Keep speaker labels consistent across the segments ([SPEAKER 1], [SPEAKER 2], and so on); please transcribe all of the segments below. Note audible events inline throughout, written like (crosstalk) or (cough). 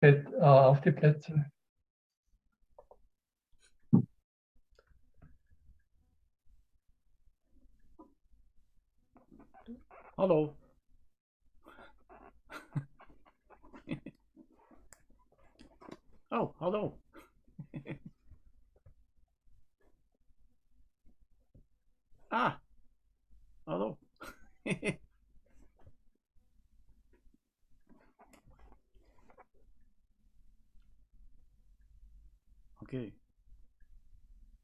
[SPEAKER 1] Fällt äh, auf die Plätze.
[SPEAKER 2] Hallo. oh, hallo. ah, hallo. Oké.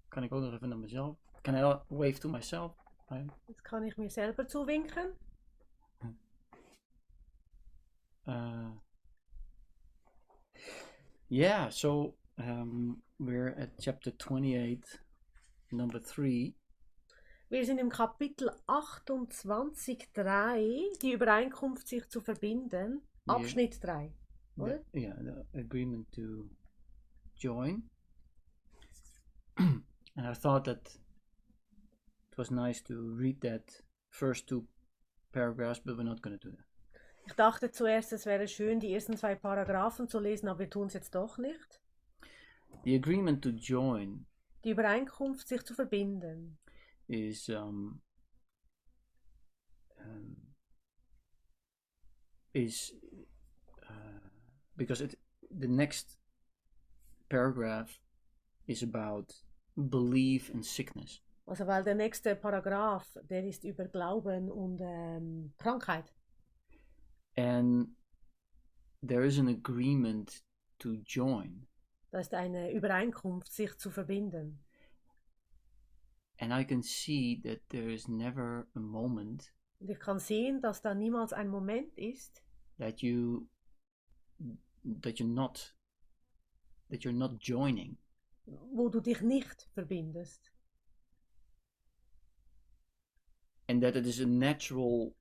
[SPEAKER 2] Kan ik ook nog even naar mezelf? Can I wave to myself? Nee.
[SPEAKER 3] Jetzt kann ich mir selber zuwinken.
[SPEAKER 2] Uh, yeah, so um, we're at chapter 28, number 3.
[SPEAKER 3] Wir sind im Kapitel 28, 3, die Übereinkunft, sich zu verbinden.
[SPEAKER 2] Ja.
[SPEAKER 3] Abschnitt 3.
[SPEAKER 2] The-
[SPEAKER 3] What?
[SPEAKER 2] yeah, the agreement to join. (clears throat) and I thought that it was nice to read that first two paragraphs, but we're not going to do that.
[SPEAKER 3] Ich dachte zuerst, es wäre schön, die ersten zwei Paragraphen zu lesen, aber wir tun es jetzt doch nicht.
[SPEAKER 2] The agreement to join
[SPEAKER 3] Die Übereinkunft, sich zu verbinden.
[SPEAKER 2] is um, um is uh, because it the next paragraph is about belief and sickness
[SPEAKER 3] Also, weil der nächste Paragraph, der ist über Glauben und ähm, Krankheit.
[SPEAKER 2] and there is an agreement to join
[SPEAKER 3] Das ist eine Übereinkunft, sich zu verbinden.
[SPEAKER 2] and i can see that there is never a moment
[SPEAKER 3] Und ich kann sehen, dass da niemals ein Moment ist,
[SPEAKER 2] that you that you're not that you're not joining
[SPEAKER 3] wo du dich nicht verbindest.
[SPEAKER 2] and that it is a natural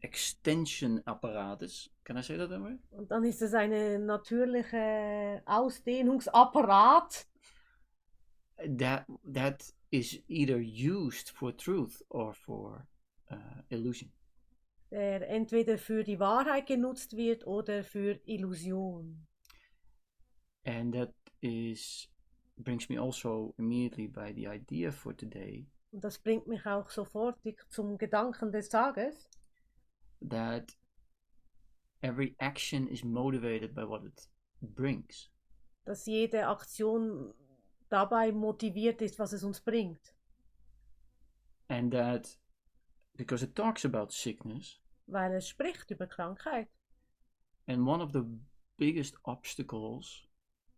[SPEAKER 2] extension apparatus. Can I say that that way?
[SPEAKER 3] Und dann ist es eine natürliche Ausdehnungsapparat,
[SPEAKER 2] That that is either used for truth or for uh, illusion.
[SPEAKER 3] der entweder für die Wahrheit genutzt wird oder für Illusion.
[SPEAKER 2] And that is brings me also immediately by the idea for today
[SPEAKER 3] Und das bringt mich auch sofort zum Gedanken des Tages,
[SPEAKER 2] that every action is motivated by what it brings.
[SPEAKER 3] dass jede Aktion dabei motiviert ist, was es uns bringt.
[SPEAKER 2] And that because it talks about sickness,
[SPEAKER 3] Weil es spricht über Krankheit.
[SPEAKER 2] and one of the biggest obstacles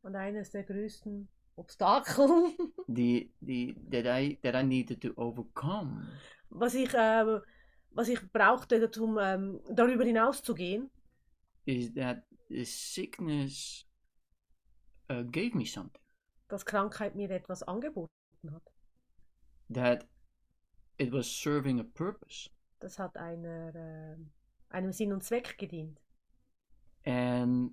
[SPEAKER 3] Und eines der größten Obstakel, (laughs)
[SPEAKER 2] the the that I that I needed to overcome
[SPEAKER 3] was ich, ähm, was ich brauchte, um ähm, darüber hinauszugehen,
[SPEAKER 2] is that the sickness uh, gave me something
[SPEAKER 3] dass Krankheit mir etwas angeboten hat.
[SPEAKER 2] that it was serving a purpose
[SPEAKER 3] Das hat einer, ähm, einem Sinn und Zweck gedient.
[SPEAKER 2] and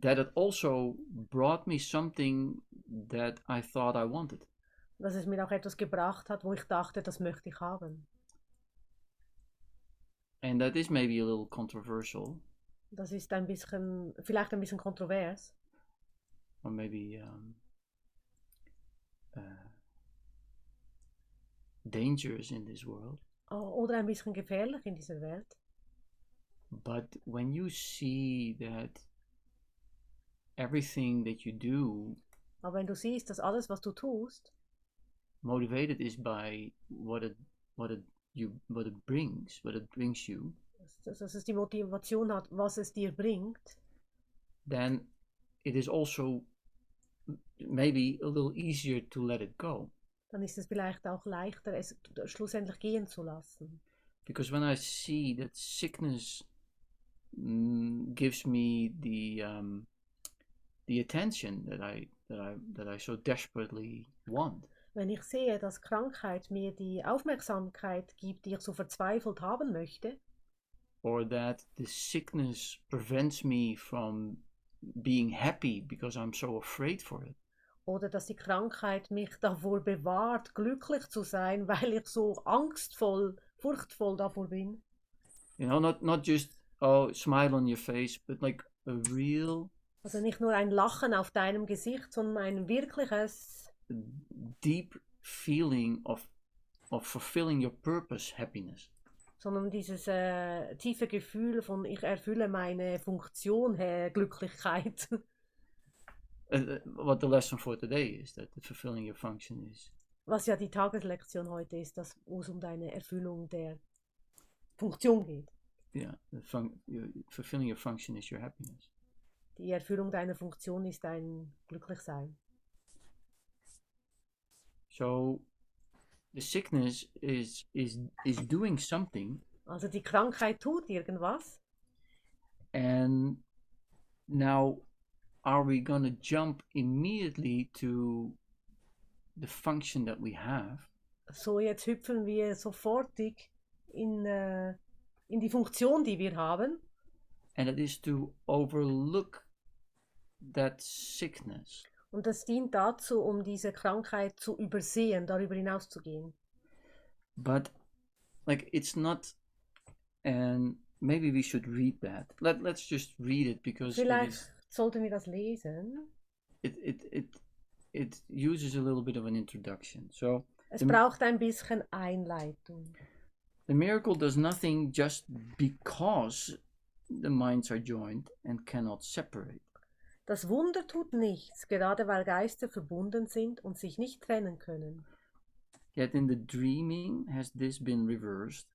[SPEAKER 2] that it also brought me something that I thought I wanted
[SPEAKER 3] Dass es mir auch etwas gebracht hat, wo ich dachte, das möchte ich haben.
[SPEAKER 2] and that is maybe a little controversial
[SPEAKER 3] Das ist ein bisschen, vielleicht ein bisschen kontrovers.
[SPEAKER 2] or maybe um, uh, dangerous in this world
[SPEAKER 3] o- Oder ein bisschen gefährlich in dieser Welt.
[SPEAKER 2] But when you see that everything that you do
[SPEAKER 3] Aber wenn du siehst, dass alles, was du tust,
[SPEAKER 2] motivated is by what it what it you what it brings, what it brings you,
[SPEAKER 3] dass, dass es die Motivation hat, was es dir bringt,
[SPEAKER 2] then it is also maybe a little easier to let it go.
[SPEAKER 3] dann ist es vielleicht auch leichter, es schlussendlich gehen zu lassen.
[SPEAKER 2] Because when I see that sickness mm, gives me the um, the attention that I that I that I so desperately want,
[SPEAKER 3] Wenn ich sehe, dass Krankheit mir die Aufmerksamkeit gibt, die ich so verzweifelt haben möchte,
[SPEAKER 2] or that the sickness prevents me from being happy because I'm so afraid for it,
[SPEAKER 3] oder dass die Krankheit mich davor bewahrt, glücklich zu sein, (laughs) weil ich so angstvoll, furchtvoll davor bin.
[SPEAKER 2] you know, not not just oh smile on your face, but like a real
[SPEAKER 3] Also nicht nur ein Lachen auf deinem Gesicht, sondern ein wirkliches,
[SPEAKER 2] deep feeling of of fulfilling your purpose happiness
[SPEAKER 3] sondern dieses äh, tiefe Gefühl von ich erfülle meine Funktion, Herr Glücklichkeit. (laughs)
[SPEAKER 2] Uh, what the lesson for today is that fulfilling your function is
[SPEAKER 3] Was ja die Tageslektion heute ist, dass wo es um deine Erfüllung der Funktion geht.
[SPEAKER 2] yeah the fun- your, fulfilling your function is your happiness
[SPEAKER 3] Die Erfüllung deiner Funktion ist dein Glücklichsein.
[SPEAKER 2] so the sickness is is is doing something
[SPEAKER 3] Also die Krankheit tut irgendwas.
[SPEAKER 2] and now are we gonna jump immediately to the function that we have
[SPEAKER 3] So, jetzt hüpfen wir sofortig in, äh, in die Funktion, die wir haben.
[SPEAKER 2] and it is to overlook that sickness
[SPEAKER 3] Und das dient dazu, um diese Krankheit zu übersehen, darüber hinauszugehen.
[SPEAKER 2] but like it's not and maybe we should read that Let, let's just read it because it, is,
[SPEAKER 3] Vielleicht sollten wir das lesen.
[SPEAKER 2] it, it it it uses a little bit of an introduction so
[SPEAKER 3] Es
[SPEAKER 2] Im-
[SPEAKER 3] braucht ein bisschen Einleitung.
[SPEAKER 2] the miracle does nothing just because the minds are joined and cannot separate
[SPEAKER 3] Das Wunder tut nichts, gerade weil Geister verbunden sind und sich nicht trennen können.
[SPEAKER 2] Yet in the dreaming has this been reversed,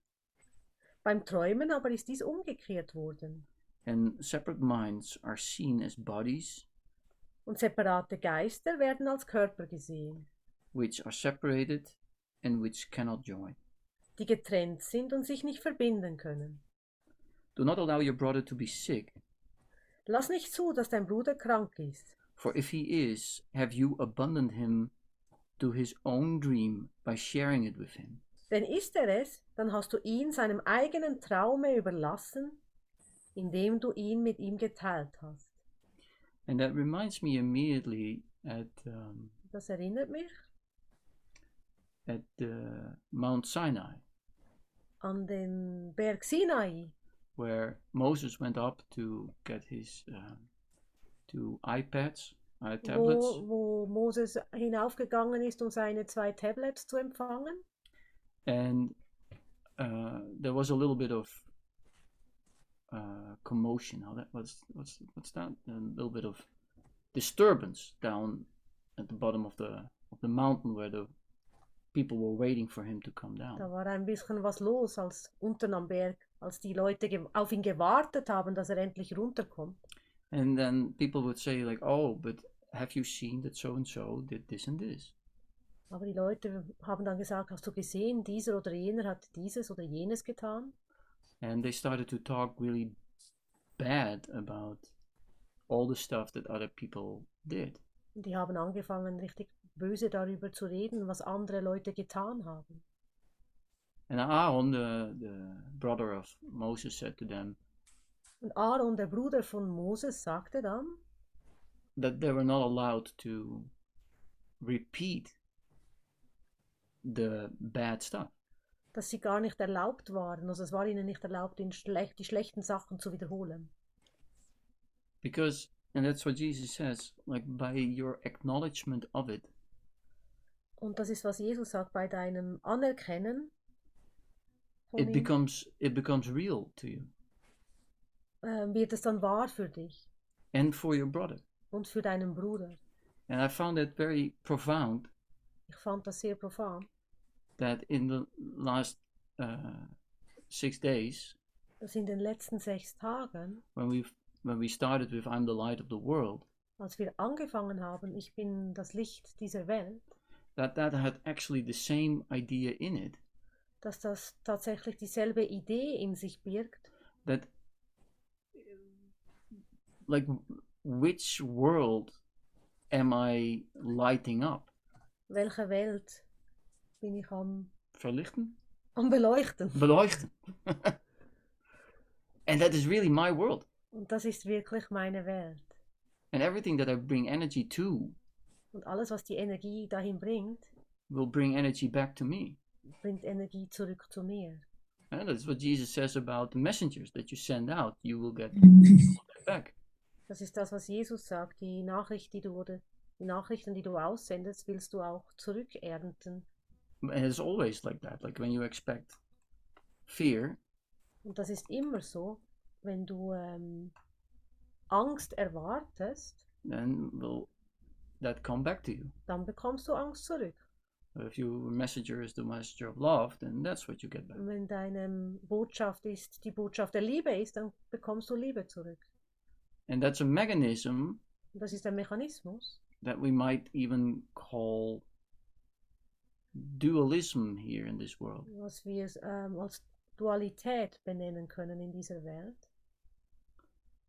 [SPEAKER 3] Beim Träumen aber ist dies umgekehrt worden.
[SPEAKER 2] and separate minds are seen as bodies,
[SPEAKER 3] Und separate Geister werden als Körper gesehen,
[SPEAKER 2] which are separated and which cannot join.
[SPEAKER 3] die getrennt sind und sich nicht verbinden können.
[SPEAKER 2] Do not allow your brother to be sick,
[SPEAKER 3] Lass nicht zu, dass dein Bruder krank ist,
[SPEAKER 2] for if he is, have you abandoned him to his own dream by sharing it with him?
[SPEAKER 3] denn ist er es, dann hast du ihn seinem eigenen Traume überlassen, indem du ihn mit ihm geteilt hast.
[SPEAKER 2] And that reminds me immediately at um,
[SPEAKER 3] Das erinnert mich
[SPEAKER 2] at uh, Mount Sinai,
[SPEAKER 3] an den Berg Sinai,
[SPEAKER 2] where Moses went up to get his uh, two iPads, uh, tablets.
[SPEAKER 3] wo, wo Moses hinaufgegangen ist, um seine zwei Tablets zu empfangen.
[SPEAKER 2] and uh, there was a little bit of uh, commotion. How that what's what's what's that? A little bit of disturbance down at the bottom of the of the mountain where the people were waiting for him to come
[SPEAKER 3] Da
[SPEAKER 2] down.
[SPEAKER 3] war ein bisschen was los als unten am Berg, als die Leute ge- auf ihn gewartet haben, dass er endlich runterkommt.
[SPEAKER 2] And then people would say like, "Oh, but have you seen that so and so did this and this?"
[SPEAKER 3] Aber die Leute haben dann gesagt, hast du gesehen, dieser oder jener hat dieses oder jenes getan?
[SPEAKER 2] And they started to talk really bad about all the stuff that other people did.
[SPEAKER 3] Und die haben angefangen, richtig böse darüber zu reden, was andere Leute getan haben.
[SPEAKER 2] And Aaron, the, the brother of Moses, said to them
[SPEAKER 3] Und Aaron, der Bruder von Moses, sagte dann,
[SPEAKER 2] that they were not allowed to repeat the bad stuff.
[SPEAKER 3] dass sie gar nicht erlaubt waren. Also es war ihnen nicht erlaubt, ihn schlech- die schlechten Sachen zu wiederholen.
[SPEAKER 2] Because, and that's what Jesus says, like by your acknowledgement of it,
[SPEAKER 3] Und das ist, was Jesus sagt, bei deinem Anerkennen von
[SPEAKER 2] it
[SPEAKER 3] ihm,
[SPEAKER 2] becomes it becomes real to you
[SPEAKER 3] äh, wird es dann wahr für dich
[SPEAKER 2] and for your brother.
[SPEAKER 3] und für deinen Bruder.
[SPEAKER 2] And I found that very profound
[SPEAKER 3] Ich fand das sehr profan.
[SPEAKER 2] that in the last uh, six days,
[SPEAKER 3] dass in den letzten sechs Tagen,
[SPEAKER 2] when we when we started with "I'm the light of the world,"
[SPEAKER 3] als wir angefangen haben, ich bin das Licht dieser Welt,
[SPEAKER 2] that that had actually the same idea in it
[SPEAKER 3] dass das tatsächlich dieselbe Idee in sich birgt,
[SPEAKER 2] that like which world am i lighting up
[SPEAKER 3] welche Welt bin ich am,
[SPEAKER 2] verlichten
[SPEAKER 3] am Beleuchten.
[SPEAKER 2] beleuchten (laughs) and that is really my world
[SPEAKER 3] Und das ist wirklich meine Welt.
[SPEAKER 2] and everything that i bring energy to
[SPEAKER 3] Und alles, was die Energie dahin bringt,
[SPEAKER 2] will bring energy back to me
[SPEAKER 3] bringt Energie zurück zu mir.
[SPEAKER 2] and that's what jesus says about the messengers that you send out you will get back
[SPEAKER 3] Das ist das, was Jesus sagt. Die Nachricht, die du wurde, die Nachrichten, die du aussendest, willst du auch zurückernten.
[SPEAKER 2] And it's always like that. Like when you expect fear,
[SPEAKER 3] Und das ist immer so, wenn du ähm, Angst erwartest,
[SPEAKER 2] then will that come back to you.
[SPEAKER 3] dann bekommst du Angst zurück.
[SPEAKER 2] But if your messenger is the messenger of love, then that's what you get back.
[SPEAKER 3] Und wenn deine Botschaft ist, die Botschaft der Liebe ist, dann bekommst du Liebe zurück.
[SPEAKER 2] And that's a mechanism
[SPEAKER 3] Und das ist ein Mechanismus.
[SPEAKER 2] that we might even call dualism here in this world.
[SPEAKER 3] was wir es ähm, als Dualität benennen können in dieser Welt.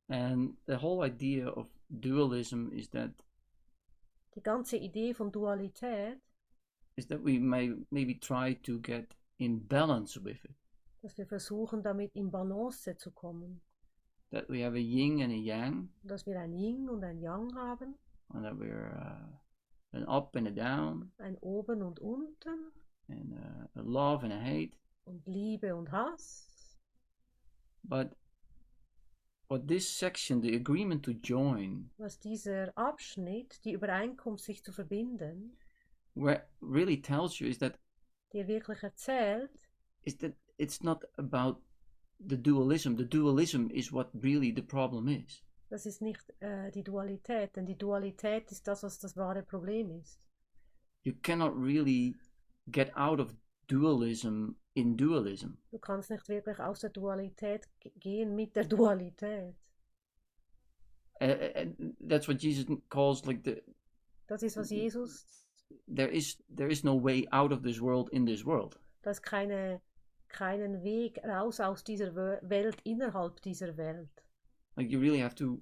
[SPEAKER 2] And the whole idea of dualism is that
[SPEAKER 3] Die ganze Idee von Dualität,
[SPEAKER 2] is that we may maybe try to get in balance with it.
[SPEAKER 3] dass wir versuchen, damit in Balance zu kommen,
[SPEAKER 2] That we have a yin and a yang,
[SPEAKER 3] dass wir ein Yin und ein Yang haben,
[SPEAKER 2] and that we're uh, an up and a down,
[SPEAKER 3] ein Oben und Unten
[SPEAKER 2] and uh, a love and a hate.
[SPEAKER 3] und Liebe und Hass.
[SPEAKER 2] But what this section, the agreement to join,
[SPEAKER 3] Was dieser Abschnitt, die Übereinkunft, sich zu verbinden,
[SPEAKER 2] where really tells you is that
[SPEAKER 3] dir wirklich erzählt,
[SPEAKER 2] is that it's not about the dualism. The dualism is what really the problem is.
[SPEAKER 3] das ist nicht äh, die Dualität, denn die Dualität ist das, was das wahre Problem ist.
[SPEAKER 2] You cannot really get out of dualism in dualism.
[SPEAKER 3] Du kannst nicht wirklich aus der Dualität g- gehen mit der (laughs) Dualität.
[SPEAKER 2] Uh, and that's what Jesus calls like the
[SPEAKER 3] Das ist, was
[SPEAKER 2] Mhm.
[SPEAKER 3] Jesus,
[SPEAKER 2] there is there is no way out of this world in this world.
[SPEAKER 3] da ist keine, keinen Weg raus aus dieser Wo- Welt, innerhalb dieser Welt.
[SPEAKER 2] Like you really have to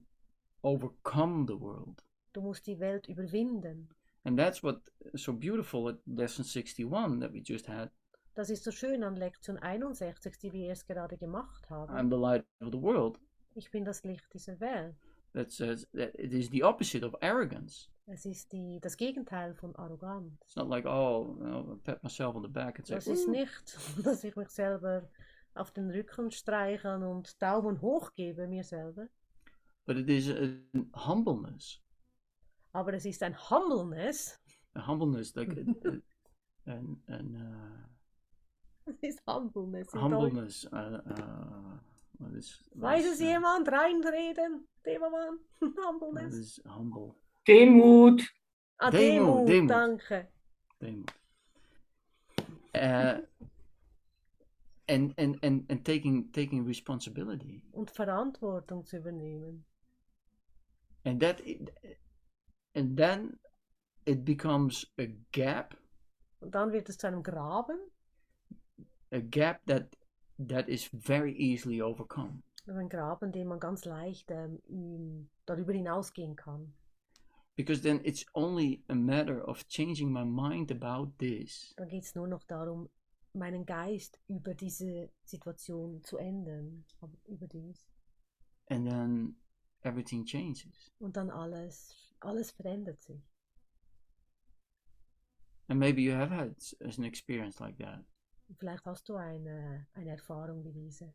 [SPEAKER 2] overcome the world,
[SPEAKER 3] Du musst die Welt überwinden.
[SPEAKER 2] and that's what is so beautiful at lesson sixty one that we just had.
[SPEAKER 3] Das ist so schön an Lektion 61, die wir erst gerade gemacht
[SPEAKER 2] I'm
[SPEAKER 3] haben.
[SPEAKER 2] the light of the world.
[SPEAKER 3] Ich bin das Licht dieser Welt.
[SPEAKER 2] That says that it is the opposite of arrogance.
[SPEAKER 3] Es ist die, das Gegenteil von arrogant.
[SPEAKER 2] It's not like, oh, you know, pat myself on the back and say,
[SPEAKER 3] Das ist
[SPEAKER 2] "Woo."
[SPEAKER 3] nicht, (laughs) dass ich mich selber auf den Rücken streicheln und Daumen hoch gebe mir selber.
[SPEAKER 2] but it is a, a humbleness,
[SPEAKER 3] Aber es ist ein Humbleness. (laughs)
[SPEAKER 2] a humbleness, like uh, a, a, an, an
[SPEAKER 3] Es ist Humbleness.
[SPEAKER 2] uh,
[SPEAKER 3] in Deutsch.
[SPEAKER 2] humbleness. Uh, uh, what is, what
[SPEAKER 3] Weiß
[SPEAKER 2] is,
[SPEAKER 3] es
[SPEAKER 2] uh,
[SPEAKER 3] jemand? Reinreden. Themamann.
[SPEAKER 2] what
[SPEAKER 3] (laughs) Humbleness.
[SPEAKER 2] is humble?
[SPEAKER 4] Demut.
[SPEAKER 3] Ah,
[SPEAKER 2] Demut,
[SPEAKER 3] Demut,
[SPEAKER 2] Demut.
[SPEAKER 3] danke.
[SPEAKER 2] Damn. Uh, and, and, and, and taking taking responsibility,
[SPEAKER 3] Und Verantwortung zu übernehmen.
[SPEAKER 2] and that, i- and then it becomes a gap,
[SPEAKER 3] Und dann wird es zu einem Graben,
[SPEAKER 2] a gap that that is very easily overcome.
[SPEAKER 3] Also ein Graben, den man ganz leicht ähm, ihm darüber hinausgehen kann.
[SPEAKER 2] because then it's only a matter of changing my mind about this
[SPEAKER 3] Dann geht es nur noch darum, meinen Geist über diese Situation zu ändern, aber über dies.
[SPEAKER 2] and then everything changes
[SPEAKER 3] Und dann alles, alles verändert sich.
[SPEAKER 2] and maybe you have had s- as an experience like that
[SPEAKER 3] Und vielleicht hast du eine, eine Erfahrung wie diese,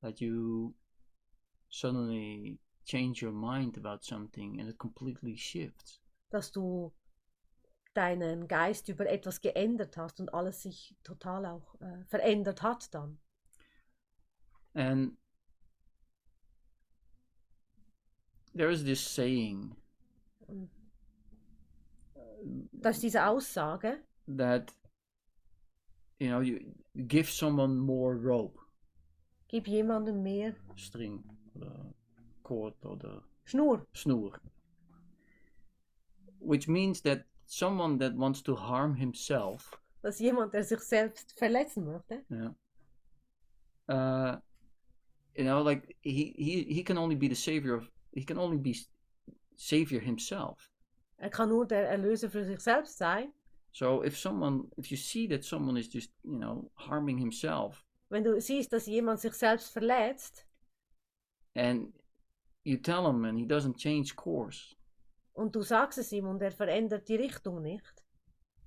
[SPEAKER 2] that you suddenly change your mind about something and it completely shifts
[SPEAKER 3] dass du deinen Geist über etwas geändert hast und alles sich total auch äh, verändert hat dann.
[SPEAKER 2] and there is this saying
[SPEAKER 3] Und das ist diese Aussage,
[SPEAKER 2] that you know you give someone more rope
[SPEAKER 3] gib jemandem mehr
[SPEAKER 2] string uh, cord or the
[SPEAKER 3] Schnur.
[SPEAKER 2] snoer. Which means that someone that wants to harm himself
[SPEAKER 3] Dass jemand, der sich selbst verletzen möchte,
[SPEAKER 2] yeah, uh, you know, like he, he he can only be the savior of he can only be s- savior himself.
[SPEAKER 3] er kann nur der Erlöser für sich selbst sein.
[SPEAKER 2] So if someone if you see that someone is just you know harming himself
[SPEAKER 3] Wenn du siehst, dass jemand sich selbst verletzt
[SPEAKER 2] and you tell him and he doesn't change course,
[SPEAKER 3] und du sagst es ihm und er verändert die Richtung nicht,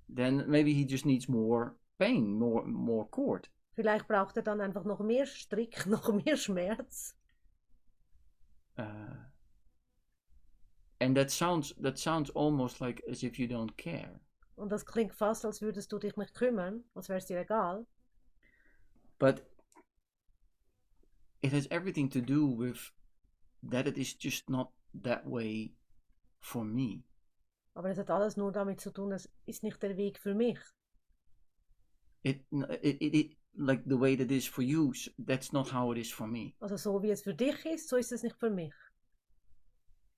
[SPEAKER 2] then maybe he just needs more pain, more more cord.
[SPEAKER 3] vielleicht braucht er dann (laughs) einfach noch mehr Strick, noch mehr Schmerz.
[SPEAKER 2] Uh, And that sounds that sounds almost like as if you don't care.
[SPEAKER 3] Und das klingt fast, als würdest du dich nicht kümmern, als wäre es dir egal.
[SPEAKER 2] But it has everything to do with that it is just not that way for me.
[SPEAKER 3] Aber es hat alles nur damit zu tun, es ist nicht der Weg für mich.
[SPEAKER 2] It it, it, it like the way that is for you. s- That's not how it is for me.
[SPEAKER 3] Also so wie es für dich ist, so ist es nicht für mich.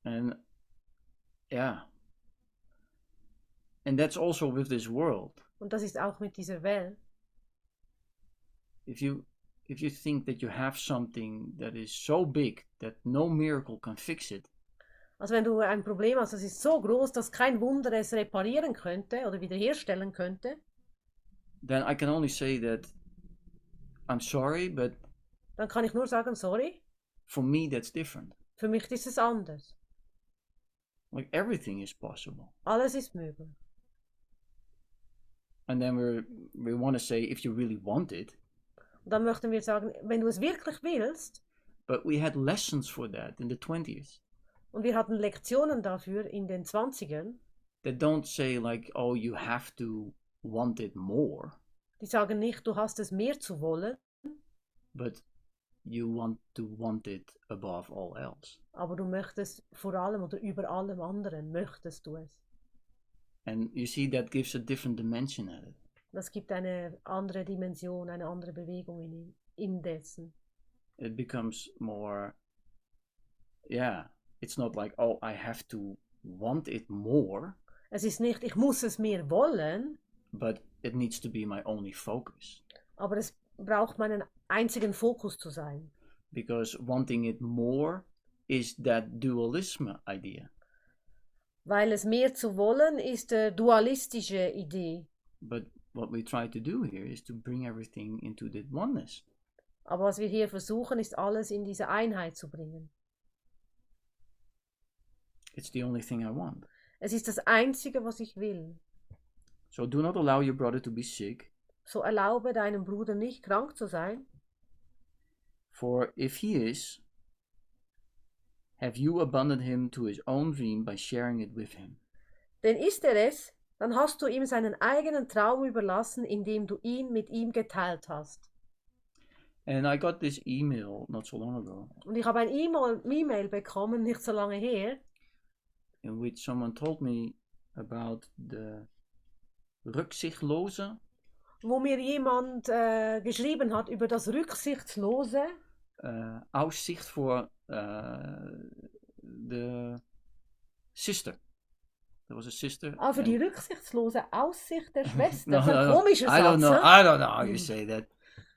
[SPEAKER 2] And yeah. And that's also with this world.
[SPEAKER 3] Und das ist auch mit dieser Welt.
[SPEAKER 2] If you if you think that you have something that is so big that no miracle can fix it,
[SPEAKER 3] Also wenn du ein Problem hast, das ist so groß, dass kein Wunder es reparieren könnte oder wiederherstellen könnte,
[SPEAKER 2] then I can only say that I'm sorry, but
[SPEAKER 3] dann kann ich nur sagen, sorry,
[SPEAKER 2] for me that's different.
[SPEAKER 3] für mich ist es anders.
[SPEAKER 2] Like everything is possible.
[SPEAKER 3] Alles ist möglich.
[SPEAKER 2] And then we're, we want to say if you really want it,
[SPEAKER 3] Und dann möchten wir sagen, wenn du es wirklich willst,
[SPEAKER 2] but we had lessons for that in the 20s
[SPEAKER 3] und wir hatten Lektionen dafür in den 20ern,
[SPEAKER 2] that don't say like, oh, you have to want it more,
[SPEAKER 3] die sagen nicht, du hast es mehr zu wollen,
[SPEAKER 2] but you want to want it above all else.
[SPEAKER 3] aber du möchtest vor allem oder über allem anderen, möchtest du es.
[SPEAKER 2] And you see, that gives a different dimension at it.
[SPEAKER 3] Das gibt eine andere Dimension, eine andere Bewegung in, in dessen.
[SPEAKER 2] It becomes more, yeah, it's not like, oh, I have to want it more,
[SPEAKER 3] Es ist nicht, ich muss es mehr wollen,
[SPEAKER 2] but it needs to be my only focus.
[SPEAKER 3] aber es braucht meinen einzigen Fokus zu sein.
[SPEAKER 2] Because wanting it more is that dualism idea.
[SPEAKER 3] Weil es mehr zu wollen ist eine dualistische Idee.
[SPEAKER 2] But what we try to do here is to bring everything into the oneness.
[SPEAKER 3] Aber was wir hier versuchen, ist alles in diese Einheit zu bringen.
[SPEAKER 2] It's the only thing I want.
[SPEAKER 3] Es ist das Einzige, was ich will.
[SPEAKER 2] So do not allow your brother to be sick,
[SPEAKER 3] So erlaube deinem Bruder nicht krank zu sein,
[SPEAKER 2] for if he is, have you abandoned him to his own dream by sharing it with him?
[SPEAKER 3] denn ist er es, dann hast du ihm seinen eigenen Traum überlassen, indem du ihn mit ihm geteilt hast.
[SPEAKER 2] And I got this email not so long ago
[SPEAKER 3] Und ich habe ein E-Mail E-Mail bekommen, nicht so lange her,
[SPEAKER 2] in which someone told me about the rücksichtloze
[SPEAKER 3] wo mir jemand äh, geschrieben hat über das Rücksichtslose
[SPEAKER 2] uh, Aussicht voor uh, de sister. There was a sister.
[SPEAKER 3] Ah, für die
[SPEAKER 2] and-
[SPEAKER 3] rücksichtslose
[SPEAKER 2] (laughs)
[SPEAKER 3] Aussicht der Schwester.
[SPEAKER 2] No,
[SPEAKER 3] das ist ein
[SPEAKER 2] no, no.
[SPEAKER 3] komischer
[SPEAKER 2] Nou, I don't
[SPEAKER 3] Satz.
[SPEAKER 2] know.
[SPEAKER 3] hä?
[SPEAKER 2] I don't know how you
[SPEAKER 3] Mm.
[SPEAKER 2] say that.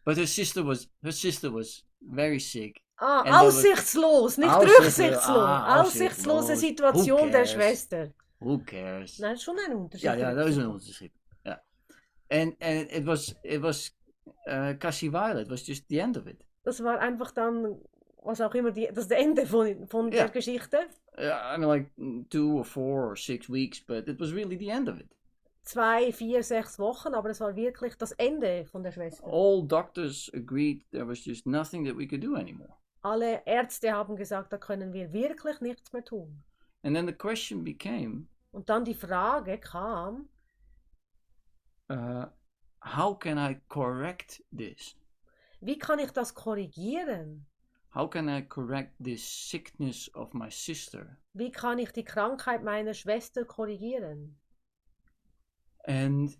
[SPEAKER 2] But her sister was her sister was very sick.
[SPEAKER 3] Ah,
[SPEAKER 2] And there was-
[SPEAKER 3] aussichtslos, nicht
[SPEAKER 2] Aussichtlo-
[SPEAKER 3] rücksichtslos.
[SPEAKER 2] ah, aussichtslos.
[SPEAKER 3] Aussichtslose
[SPEAKER 2] Who
[SPEAKER 3] Situation der
[SPEAKER 2] cares?
[SPEAKER 3] Schwester.
[SPEAKER 2] Who cares?
[SPEAKER 3] Nein, das ist schon ein Unterschied.
[SPEAKER 2] Ja, ja, dat is een onderscheid. Ja. And and it was it was uh, Kashiwara. It was just the end of it.
[SPEAKER 3] Das war einfach dann, was auch immer, die, das ist das Ende von, von
[SPEAKER 2] Ja.
[SPEAKER 3] der Geschichte.
[SPEAKER 2] Uh, I mean, like mm, two or four or six weeks, but it was really the end of it.
[SPEAKER 3] Zwei, vier, sechs Wochen, aber es war wirklich das Ende von der Schwester.
[SPEAKER 2] All doctors agreed there was just nothing that we could do anymore.
[SPEAKER 3] Alle Ärzte haben gesagt, da können wir wirklich nichts mehr tun.
[SPEAKER 2] And then the question became,
[SPEAKER 3] Und dann die Frage kam,
[SPEAKER 2] uh, how can I correct this?
[SPEAKER 3] wie kann ich das korrigieren?
[SPEAKER 2] How can I correct this sickness of my sister?
[SPEAKER 3] Wie kann ich die Krankheit meiner Schwester korrigieren?
[SPEAKER 2] And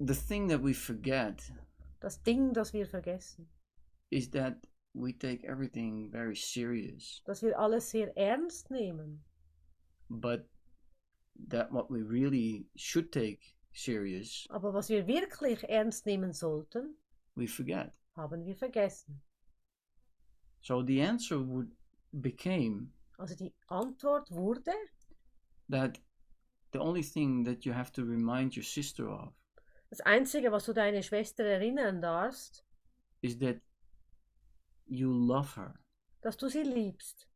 [SPEAKER 2] the thing that we forget
[SPEAKER 3] Das Ding, das wir vergessen.
[SPEAKER 2] is that we take everything very serious,
[SPEAKER 3] Dass wir alles sehr ernst nehmen.
[SPEAKER 2] but that what we really should take serious,
[SPEAKER 3] Aber was wir wirklich ernst nehmen sollten,
[SPEAKER 2] we forget.
[SPEAKER 3] haben wir vergessen.
[SPEAKER 2] So the answer would became
[SPEAKER 3] Also die Antwort wurde,
[SPEAKER 2] that the only thing that you have to remind your sister of
[SPEAKER 3] das Einzige, was du deine Schwester erinnern darfst,
[SPEAKER 2] is that you love her,
[SPEAKER 3] dass du sie liebst,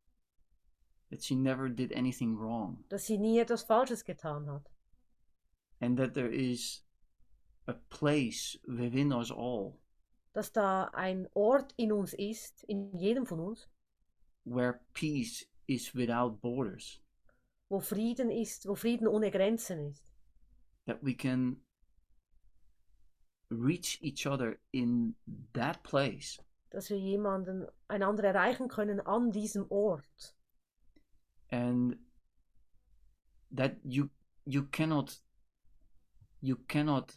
[SPEAKER 2] that she never did anything wrong,
[SPEAKER 3] dass sie nie etwas Falsches getan hat
[SPEAKER 2] and that there is a place within us all
[SPEAKER 3] dass da ein Ort in uns ist, in jedem von uns,
[SPEAKER 2] where peace is without borders,
[SPEAKER 3] wo Frieden ist, wo Frieden ohne Grenzen ist,
[SPEAKER 2] that we can reach each other in that place
[SPEAKER 3] dass wir jemanden, einander erreichen können an diesem Ort.
[SPEAKER 2] and that you you cannot you cannot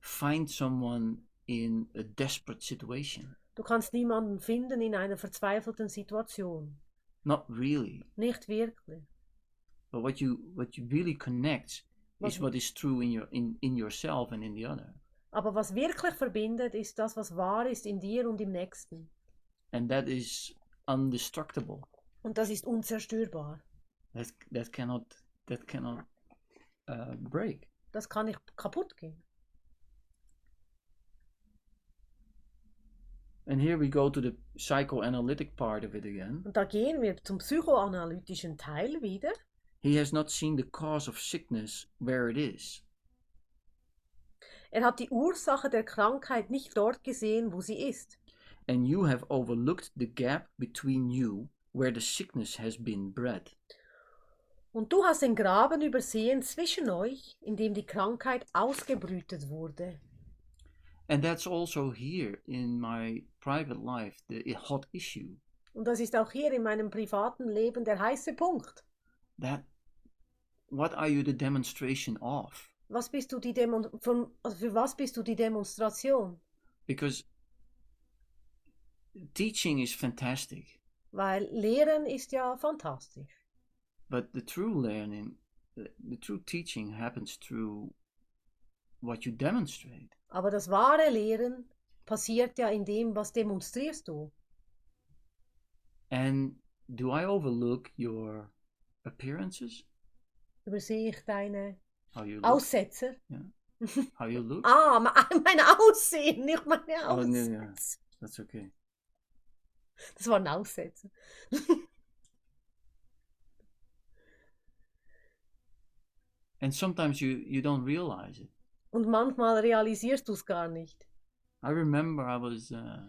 [SPEAKER 2] find someone in a desperate situation
[SPEAKER 3] Du kannst niemanden finden in einer verzweifelten Situation.
[SPEAKER 2] not really
[SPEAKER 3] Nicht wirklich.
[SPEAKER 2] but what you what you really connect is
[SPEAKER 3] What-
[SPEAKER 2] what is true in your in, in yourself and in the other
[SPEAKER 3] Aber was wirklich verbindet, ist das, was wahr ist in dir und im Nächsten.
[SPEAKER 2] and that is undestructible
[SPEAKER 3] Und das ist unzerstörbar.
[SPEAKER 2] that that cannot that cannot uh, break
[SPEAKER 3] Das kann nicht kaputt gehen.
[SPEAKER 2] and here we go to the psychoanalytic part of it again
[SPEAKER 3] Und da gehen wir zum psychoanalytischen Teil wieder.
[SPEAKER 2] he has not seen the cause of sickness where it is
[SPEAKER 3] Er hat die Ursache der Krankheit nicht dort gesehen, wo sie ist.
[SPEAKER 2] and you have overlooked the gap between you where the sickness has been bred.
[SPEAKER 3] Und du hast den Graben übersehen zwischen euch, in dem die Krankheit ausgebrütet wurde.
[SPEAKER 2] And that's also here in my private life, the i- hot issue
[SPEAKER 3] Und das ist auch hier in meinem privaten Leben der heiße Punkt.
[SPEAKER 2] that what are you the demonstration of?
[SPEAKER 3] Was bist du die Demon von, also für was bist du die Demonstration?
[SPEAKER 2] Because teaching is fantastic,
[SPEAKER 3] Weil Lehren ist ja fantastisch.
[SPEAKER 2] but the true learning, the, the true teaching happens through what you demonstrate.
[SPEAKER 3] Aber das wahre Lehren passiert ja in dem, was demonstrierst du.
[SPEAKER 2] And do I overlook your appearances?
[SPEAKER 3] Übersehe ich deine
[SPEAKER 2] How you look?
[SPEAKER 3] Aussetzer?
[SPEAKER 2] How you look?
[SPEAKER 3] Ah, me- (laughs) mein Aussehen, nicht meine
[SPEAKER 2] Oh, nee,
[SPEAKER 3] Aussetzer.
[SPEAKER 2] ja. That's okay.
[SPEAKER 3] Das war ein Aussetzer.
[SPEAKER 2] and sometimes you you don't realize it
[SPEAKER 3] Und manchmal realisierst du es gar nicht.
[SPEAKER 2] i remember i was uh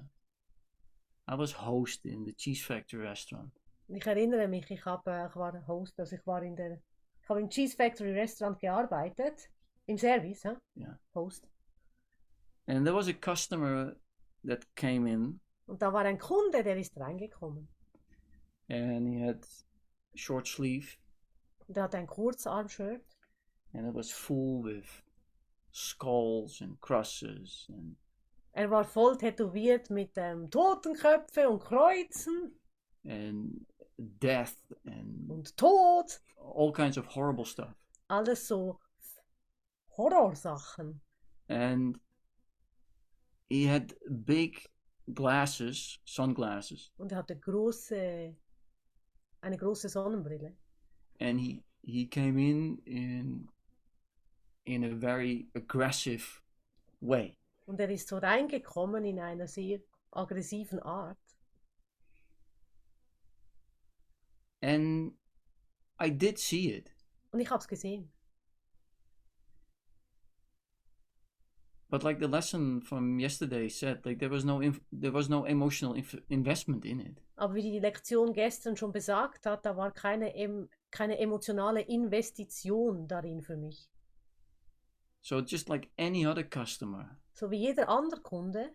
[SPEAKER 2] i was host in the cheese factory restaurant
[SPEAKER 3] Ich erinnere mich, ich, hab, äh, ich war Host, also ich war in der, ich habe im Cheese Factory Restaurant gearbeitet, im Service, hä?
[SPEAKER 2] Ja.
[SPEAKER 3] Host.
[SPEAKER 2] and there was a customer that came in
[SPEAKER 3] Und da war ein Kunde, der ist reingekommen.
[SPEAKER 2] and he had short sleeve
[SPEAKER 3] Und der hatte ein Kurzarmshirt
[SPEAKER 2] and it was full with skulls and crosses and
[SPEAKER 3] Er war voll tätowiert mit ähm, Totenköpfe und Kreuzen
[SPEAKER 2] and death and
[SPEAKER 3] und Tod.
[SPEAKER 2] all kinds of horrible stuff
[SPEAKER 3] Alles so Horrorsachen.
[SPEAKER 2] and he had big glasses sunglasses
[SPEAKER 3] Und er hatte große, eine große Sonnenbrille.
[SPEAKER 2] and he he came in in in a very aggressive way
[SPEAKER 3] Und er ist so reingekommen in einer sehr aggressiven Art.
[SPEAKER 2] and i did see it
[SPEAKER 3] Und ich habe es gesehen.
[SPEAKER 2] but like the lesson from yesterday said like there was no inf- there was no emotional inf- investment in it
[SPEAKER 3] Aber wie die Lektion gestern schon besagt hat, da war keine, em- keine emotionale Investition darin für mich.
[SPEAKER 2] so just like any other customer
[SPEAKER 3] So wie jeder andere Kunde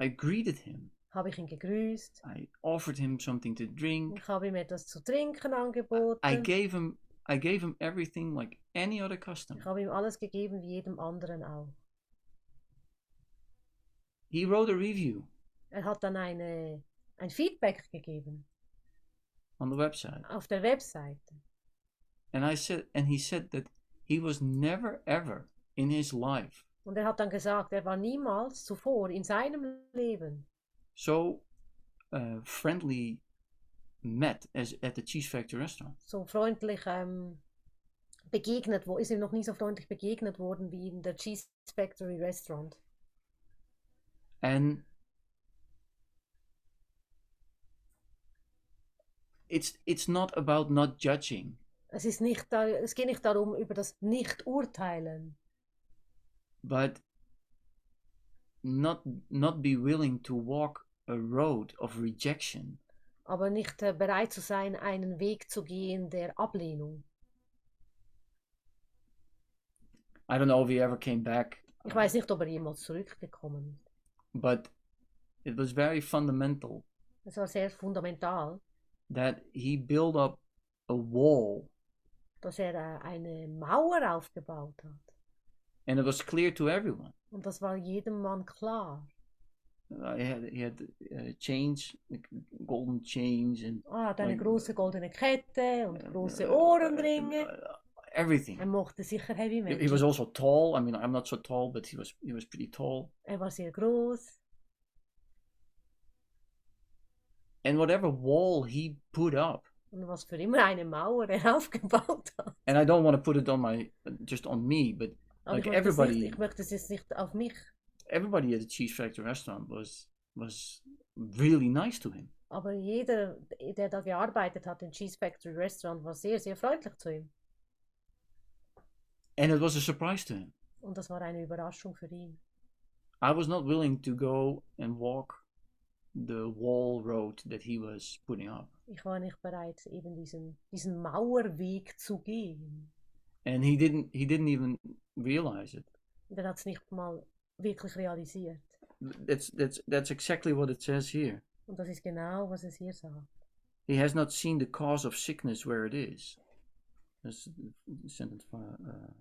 [SPEAKER 2] i greeted him
[SPEAKER 3] habe ich ihn gegrüßt.
[SPEAKER 2] i offered him something to drink
[SPEAKER 3] Ich habe ihm etwas zu trinken
[SPEAKER 2] i
[SPEAKER 3] angeboten.
[SPEAKER 2] gave him i gave him everything like any other
[SPEAKER 3] Ich
[SPEAKER 2] customer
[SPEAKER 3] habe ihm alles gegeben, wie jedem anderen auch.
[SPEAKER 2] he wrote a review
[SPEAKER 3] Er hat dann eine, ein Feedback gegeben
[SPEAKER 2] on the website
[SPEAKER 3] auf der Webseite.
[SPEAKER 2] and i said and he said that he was never ever in his life
[SPEAKER 3] Und er hat dann gesagt, er war niemals zuvor in seinem Leben
[SPEAKER 2] so uh, friendly met as at the cheese factory restaurant
[SPEAKER 3] so freundlich ähm, begegnet, wo ist ihm noch nie so freundlich begegnet worden wie in der Cheese Factory Restaurant.
[SPEAKER 2] and it's it's not about not judging
[SPEAKER 3] Es, ist nicht da, es geht nicht darum, über das Nicht-Urteilen,
[SPEAKER 2] but not not be willing to walk a road of rejection
[SPEAKER 3] aber nicht äh, bereit zu sein, einen Weg zu gehen der Ablehnung.
[SPEAKER 2] I don't know if he ever came back.
[SPEAKER 3] Ich
[SPEAKER 2] uh,
[SPEAKER 3] weiß nicht, ob er jemals zurückgekommen ist.
[SPEAKER 2] But it was very fundamental
[SPEAKER 3] Es war sehr fundamental,
[SPEAKER 2] that he built up a wall,
[SPEAKER 3] dass er äh, eine Mauer aufgebaut hat.
[SPEAKER 2] and it was clear to everyone.
[SPEAKER 3] Und das war jedem Mann klar.
[SPEAKER 2] Uh, he had he had uh, chains, like golden chains, and
[SPEAKER 3] Ah, er hat eine
[SPEAKER 2] Mein-
[SPEAKER 3] große goldene Kette und große
[SPEAKER 2] uh,
[SPEAKER 3] Ohrenringe.
[SPEAKER 2] uh,
[SPEAKER 3] Er
[SPEAKER 2] everything.
[SPEAKER 3] mochte sicher Heavy
[SPEAKER 2] He, he was
[SPEAKER 3] Metal.
[SPEAKER 2] also tall. I mean, I'm not so tall, but he was he was pretty tall.
[SPEAKER 3] Er war sehr groß.
[SPEAKER 2] And whatever wall he put up,
[SPEAKER 3] Und was für immer eine Mauer er (laughs) aufgebaut hat.
[SPEAKER 2] and I don't want to put it on my just on me, but
[SPEAKER 3] Aber ich,
[SPEAKER 2] Like
[SPEAKER 3] möchte es
[SPEAKER 2] everybody-
[SPEAKER 3] nicht, ich möchte es jetzt nicht auf mich.
[SPEAKER 2] everybody at the Cheese Factory restaurant was was really nice to him.
[SPEAKER 3] Aber jeder, der da gearbeitet hat im Cheese Factory Restaurant, war sehr, sehr freundlich zu ihm.
[SPEAKER 2] And it was a surprise to him.
[SPEAKER 3] Und das war eine Überraschung für ihn.
[SPEAKER 2] I was not willing to go and walk the wall road that he was putting up.
[SPEAKER 3] Ich war nicht bereit, eben diesen, diesen Mauerweg zu gehen.
[SPEAKER 2] And he didn't he didn't even realize it.
[SPEAKER 3] Und er hat es nicht mal wirklich realisiert.
[SPEAKER 2] That's that's that's exactly what it says here.
[SPEAKER 3] Und das ist genau, was es hier sagt.
[SPEAKER 2] He has not seen the cause of sickness where it is. That's sentence uh, uh,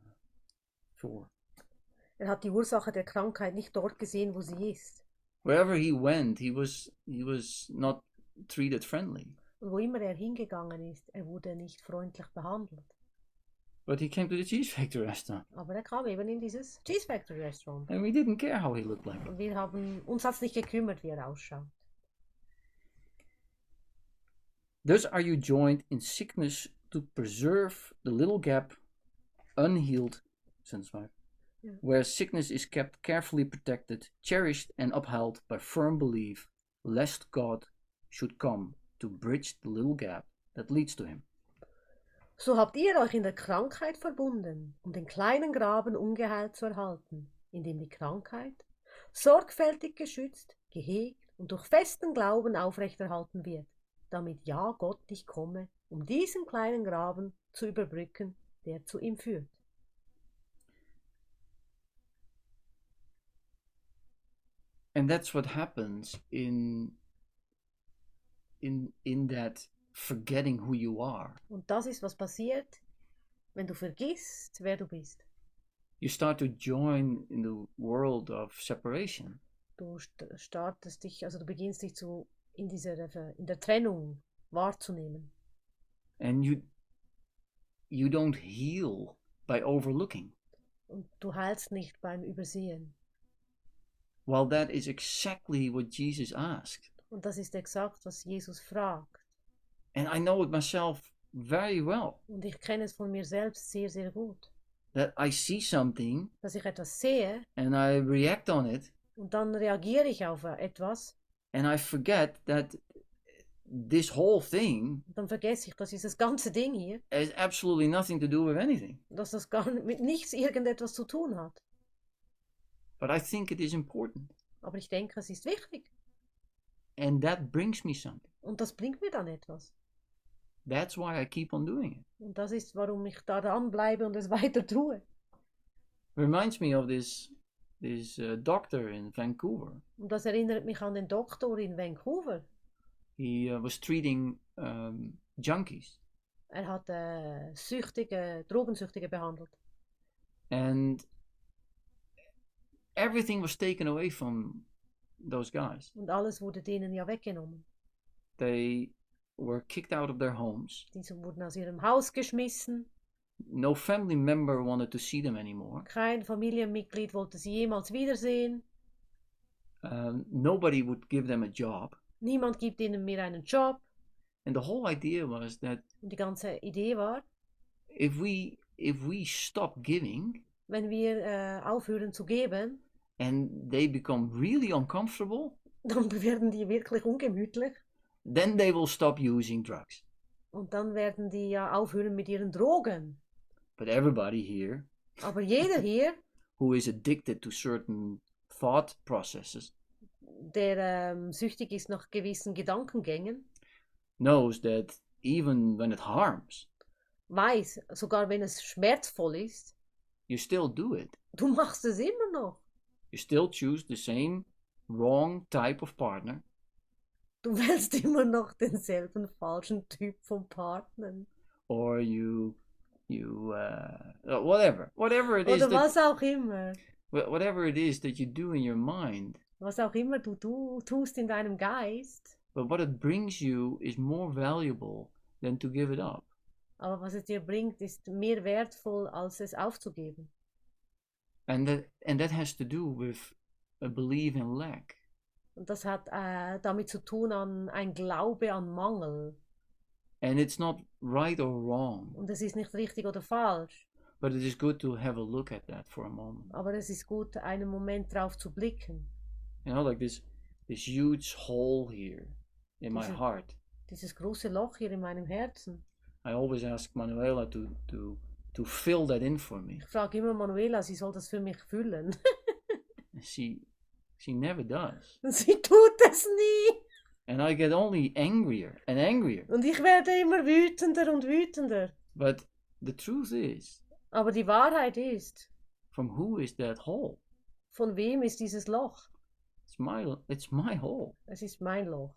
[SPEAKER 2] four.
[SPEAKER 3] Er hat die Ursache der Krankheit nicht dort gesehen, wo sie ist.
[SPEAKER 2] Wherever he went, he was he was not treated friendly.
[SPEAKER 3] Und wo immer er hingegangen ist, er wurde nicht freundlich behandelt.
[SPEAKER 2] But he came to the cheese factory restaurant,
[SPEAKER 3] Aber er kam eben in dieses Cheese Factory Restaurant.
[SPEAKER 2] and we didn't care how he looked like.
[SPEAKER 3] Und wir haben uns hat's nicht gekümmert, wie er ausschaut.
[SPEAKER 2] Thus are you joined in sickness to preserve the little gap unhealed, sentence five,
[SPEAKER 3] Yeah.
[SPEAKER 2] where sickness is kept carefully protected, cherished, and upheld by firm belief, lest God should come to bridge the little gap that leads to him.
[SPEAKER 3] So habt ihr euch in der Krankheit verbunden, um den kleinen Graben ungeheilt zu erhalten, indem die Krankheit sorgfältig geschützt, gehegt und durch festen Glauben aufrechterhalten wird, damit ja Gott dich komme, um diesen kleinen Graben zu überbrücken, der zu ihm führt.
[SPEAKER 2] And that's what happens in in in that forgetting who you are.
[SPEAKER 3] Und das ist, was passiert, wenn du vergisst, wer du bist.
[SPEAKER 2] You start to join in the world of separation.
[SPEAKER 3] Du st- startest dich, also du beginnst dich zu, in, dieser, in der Trennung wahrzunehmen.
[SPEAKER 2] and you you don't heal by overlooking
[SPEAKER 3] Und du heilst nicht beim Übersehen.
[SPEAKER 2] well that is exactly what jesus asked
[SPEAKER 3] Und das ist exakt, was Jesus fragt.
[SPEAKER 2] and i know it myself very well
[SPEAKER 3] Und ich kenne es von mir selbst sehr, sehr gut,
[SPEAKER 2] that i see something
[SPEAKER 3] dass ich etwas sehe
[SPEAKER 2] and i react on it
[SPEAKER 3] und dann reagiere ich auf etwas
[SPEAKER 2] and i forget that this whole thing
[SPEAKER 3] und dann vergesse ich, dass dieses ganze Ding hier,
[SPEAKER 2] has absolutely nothing to do with anything
[SPEAKER 3] dass das gar n- mit nichts irgendetwas zu tun hat.
[SPEAKER 2] but i think it is important
[SPEAKER 3] Aber ich denke, es ist wichtig
[SPEAKER 2] and that brings me something
[SPEAKER 3] und das bringt mir dann etwas.
[SPEAKER 2] that's why i keep on doing it
[SPEAKER 3] Und das ist, warum ich da dranbleibe und es (laughs) weiter tue.
[SPEAKER 2] reminds me of this this uh, doctor in vancouver
[SPEAKER 3] Und das erinnert mich an den Doktor in Vancouver.
[SPEAKER 2] he uh, was treating um, junkies
[SPEAKER 3] Er hat äh, Süchtige, Drogensüchtige behandelt.
[SPEAKER 2] and everything was taken away from those guys
[SPEAKER 3] Und alles wurde denen ja weggenommen.
[SPEAKER 2] they were kicked out of their homes
[SPEAKER 3] Diese wurden aus ihrem Haus geschmissen.
[SPEAKER 2] no family member wanted to see them anymore
[SPEAKER 3] Kein Familienmitglied wollte sie jemals wiedersehen.
[SPEAKER 2] um, nobody would give them a job
[SPEAKER 3] Niemand gibt ihnen mehr einen Job.
[SPEAKER 2] and the whole idea was that
[SPEAKER 3] Und die ganze Idee war,
[SPEAKER 2] if we if we stop giving
[SPEAKER 3] wenn wir äh, aufhören zu geben, (laughs)
[SPEAKER 2] and they become really uncomfortable
[SPEAKER 3] dann werden die wirklich ungemütlich.
[SPEAKER 2] then they will stop using drugs
[SPEAKER 3] Und dann werden die ja aufhören mit ihren Drogen.
[SPEAKER 2] but everybody here
[SPEAKER 3] Aber jeder hier,
[SPEAKER 2] who is addicted to certain thought processes
[SPEAKER 3] der ähm, süchtig ist nach gewissen Gedankengängen,
[SPEAKER 2] knows that even when it harms,
[SPEAKER 3] Weiß, sogar wenn es schmerzvoll ist,
[SPEAKER 2] you still do it.
[SPEAKER 3] du machst es immer noch.
[SPEAKER 2] You still choose the same wrong type of partner.
[SPEAKER 3] Du wählst (laughs) immer noch denselben falschen Typ von Partnern.
[SPEAKER 2] or you you uh, uh, whatever whatever it is
[SPEAKER 3] Oder
[SPEAKER 2] that,
[SPEAKER 3] was auch immer.
[SPEAKER 2] wha- whatever it is that you do in your mind
[SPEAKER 3] Was auch immer du, tu- tust in deinem Geist.
[SPEAKER 2] but what it brings you is more valuable than to give it up
[SPEAKER 3] Aber was es dir bringt, ist mehr wertvoll, als es aufzugeben.
[SPEAKER 2] and that and that has to do with a belief in lack
[SPEAKER 3] Und das hat äh, damit zu tun an ein Glaube an Mangel.
[SPEAKER 2] and it's not right or wrong
[SPEAKER 3] Und es ist nicht richtig oder falsch.
[SPEAKER 2] but it is good to have a look at that for a moment
[SPEAKER 3] Aber es ist gut, einen Moment drauf zu blicken.
[SPEAKER 2] you know like this this huge hole here in my
[SPEAKER 3] Is it-
[SPEAKER 2] heart
[SPEAKER 3] Dieses große Loch hier in meinem Herzen.
[SPEAKER 2] i always ask manuela to to to fill that in for me
[SPEAKER 3] Ich frage immer Manuela, sie soll das für mich füllen. (laughs)
[SPEAKER 2] and she she never does
[SPEAKER 3] Und sie tut es nie.
[SPEAKER 2] and I get only angrier and angrier.
[SPEAKER 3] Und ich werde immer wütender und wütender.
[SPEAKER 2] But the truth is,
[SPEAKER 3] Aber die Wahrheit ist,
[SPEAKER 2] from who is that hole?
[SPEAKER 3] von wem ist dieses Loch?
[SPEAKER 2] It's my it's my hole,
[SPEAKER 3] Es ist mein Loch.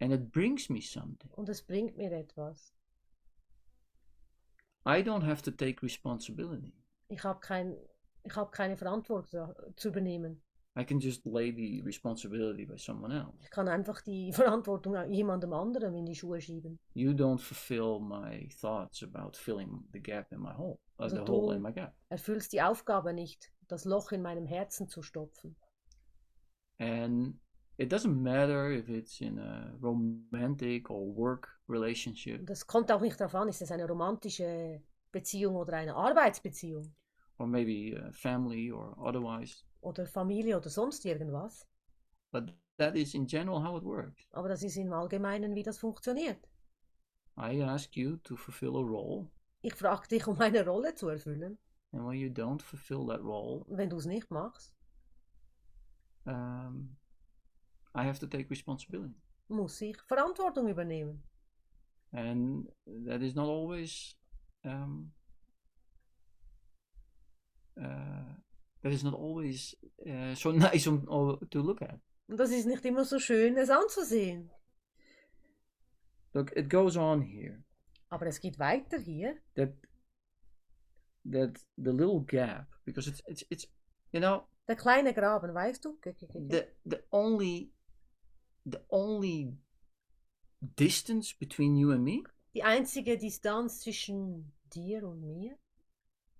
[SPEAKER 2] and it brings me something.
[SPEAKER 3] Und es bringt mir etwas.
[SPEAKER 2] I don't have to take responsibility.
[SPEAKER 3] Ich habe kein, ich hab keine Verantwortung zu übernehmen.
[SPEAKER 2] I can just lay the responsibility by someone else.
[SPEAKER 3] Ich kann einfach die (laughs) Verantwortung an jemandem anderem in die Schuhe schieben.
[SPEAKER 2] You don't fulfill my thoughts about filling the gap in my hole, uh, the
[SPEAKER 3] Zo
[SPEAKER 2] hole
[SPEAKER 3] doen.
[SPEAKER 2] in my gap.
[SPEAKER 3] Erfüllst die Aufgabe nicht, das Loch in meinem Herzen zu stopfen.
[SPEAKER 2] And it doesn't matter if it's in a romantic or work relationship,
[SPEAKER 3] Und das kommt auch nicht darauf an, ist es eine romantische Beziehung oder eine Arbeitsbeziehung
[SPEAKER 2] or maybe uh, family or otherwise.
[SPEAKER 3] oder Familie oder sonst irgendwas.
[SPEAKER 2] But that is in general how it works.
[SPEAKER 3] Aber das ist im Allgemeinen, wie das funktioniert.
[SPEAKER 2] I ask you to fulfill a role,
[SPEAKER 3] Ich frage dich, um eine Rolle zu erfüllen.
[SPEAKER 2] and when you don't fulfill that role,
[SPEAKER 3] Und wenn du es nicht machst,
[SPEAKER 2] um, I have to take responsibility.
[SPEAKER 3] muss ich Verantwortung übernehmen.
[SPEAKER 2] And that is not always. Um, uh, that is not always uh, so (laughs) nice om- o- to look at.
[SPEAKER 3] Und das ist nicht immer so schön, es anzusehen.
[SPEAKER 2] Look, it goes on here
[SPEAKER 3] Aber es geht weiter hier.
[SPEAKER 2] that that the little gap because it's it's it's you know
[SPEAKER 3] Der kleine Graben, weißt du? Ge- ge- ge- ge-
[SPEAKER 2] the the only the only distance between you and me
[SPEAKER 3] Die einzige Distanz zwischen dir und mir,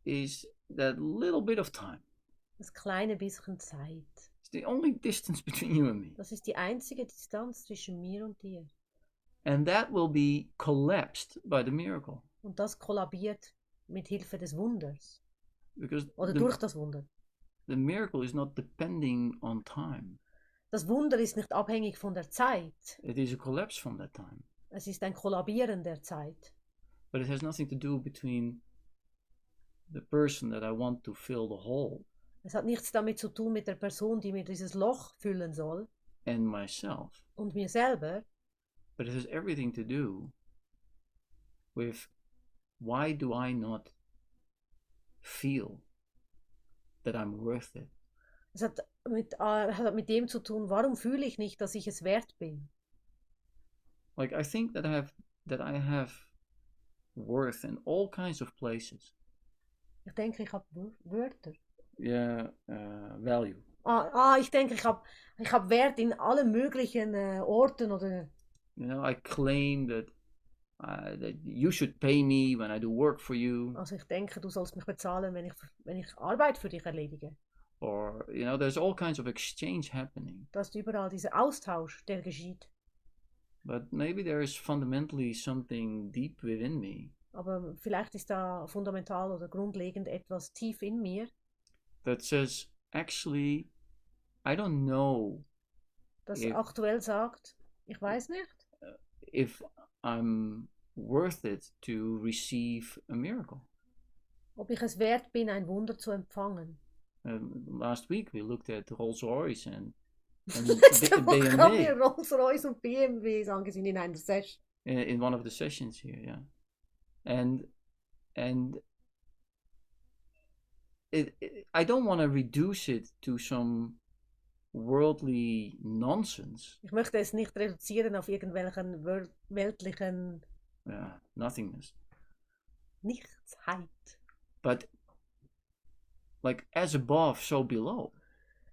[SPEAKER 2] is that little bit of time.
[SPEAKER 3] das kleine bisschen Zeit.
[SPEAKER 2] It's the only distance (laughs) between you and me.
[SPEAKER 3] Das ist die einzige Distanz zwischen mir und dir.
[SPEAKER 2] And that will be collapsed by the miracle.
[SPEAKER 3] Und das kollabiert mit Hilfe des Wunders.
[SPEAKER 2] Because
[SPEAKER 3] Oder
[SPEAKER 2] the,
[SPEAKER 3] durch das Wunder.
[SPEAKER 2] the miracle is not depending on time.
[SPEAKER 3] Das Wunder ist nicht abhängig von der Zeit.
[SPEAKER 2] It is a collapse from that time.
[SPEAKER 3] Es ist ein Kollabieren der Zeit.
[SPEAKER 2] But it has nothing to do between the person that I want to fill the hole
[SPEAKER 3] Es hat nichts damit zu tun mit der Person, die mir dieses Loch füllen soll
[SPEAKER 2] and myself.
[SPEAKER 3] und mir selber,
[SPEAKER 2] But it has everything to do with why do I not feel that I'm worth it?
[SPEAKER 3] Es hat mit, äh, hat mit dem zu tun, warum fühle ich nicht, dass ich es wert bin?
[SPEAKER 2] like i think that i have that i have worth in all kinds of places
[SPEAKER 3] Ich denke, ich habe Wör- Wörter.
[SPEAKER 2] yeah uh, value
[SPEAKER 3] Ah, ah ich denke, ich habe ich hab Wert in allen möglichen äh, Orten oder
[SPEAKER 2] you know i claim that uh, that you should pay me when i do work for you
[SPEAKER 3] also ich denke, du sollst mich bezahlen, wenn ich, wenn ich Arbeit für dich erledige.
[SPEAKER 2] or you know there's all kinds of exchange happening
[SPEAKER 3] Da ist überall dieser Austausch, der geschieht.
[SPEAKER 2] but maybe there is fundamentally something deep within me
[SPEAKER 3] Aber vielleicht ist da fundamental oder grundlegend etwas tief in mir,
[SPEAKER 2] that says actually i don't know
[SPEAKER 3] das
[SPEAKER 2] Ja.
[SPEAKER 3] aktuell sagt, ich weiß nicht,
[SPEAKER 2] if i'm worth it to receive a miracle
[SPEAKER 3] ob ich es wert bin, ein Wunder zu empfangen.
[SPEAKER 2] Um, last week we looked at Rolls Royce and
[SPEAKER 3] (laughs)
[SPEAKER 2] And
[SPEAKER 3] Letzte
[SPEAKER 2] B-
[SPEAKER 3] Woche haben wir
[SPEAKER 2] BMD
[SPEAKER 3] Rolls-Royce und BMWs angesehen in einer Session.
[SPEAKER 2] in, in one of the sessions here, yeah. And and it, it I don't want to reduce it to some worldly nonsense.
[SPEAKER 3] Ich möchte es nicht reduzieren auf irgendwelchen wel- weltlichen
[SPEAKER 2] Yeah, uh, nothingness.
[SPEAKER 3] Nichtsheit.
[SPEAKER 2] But like as above, so below.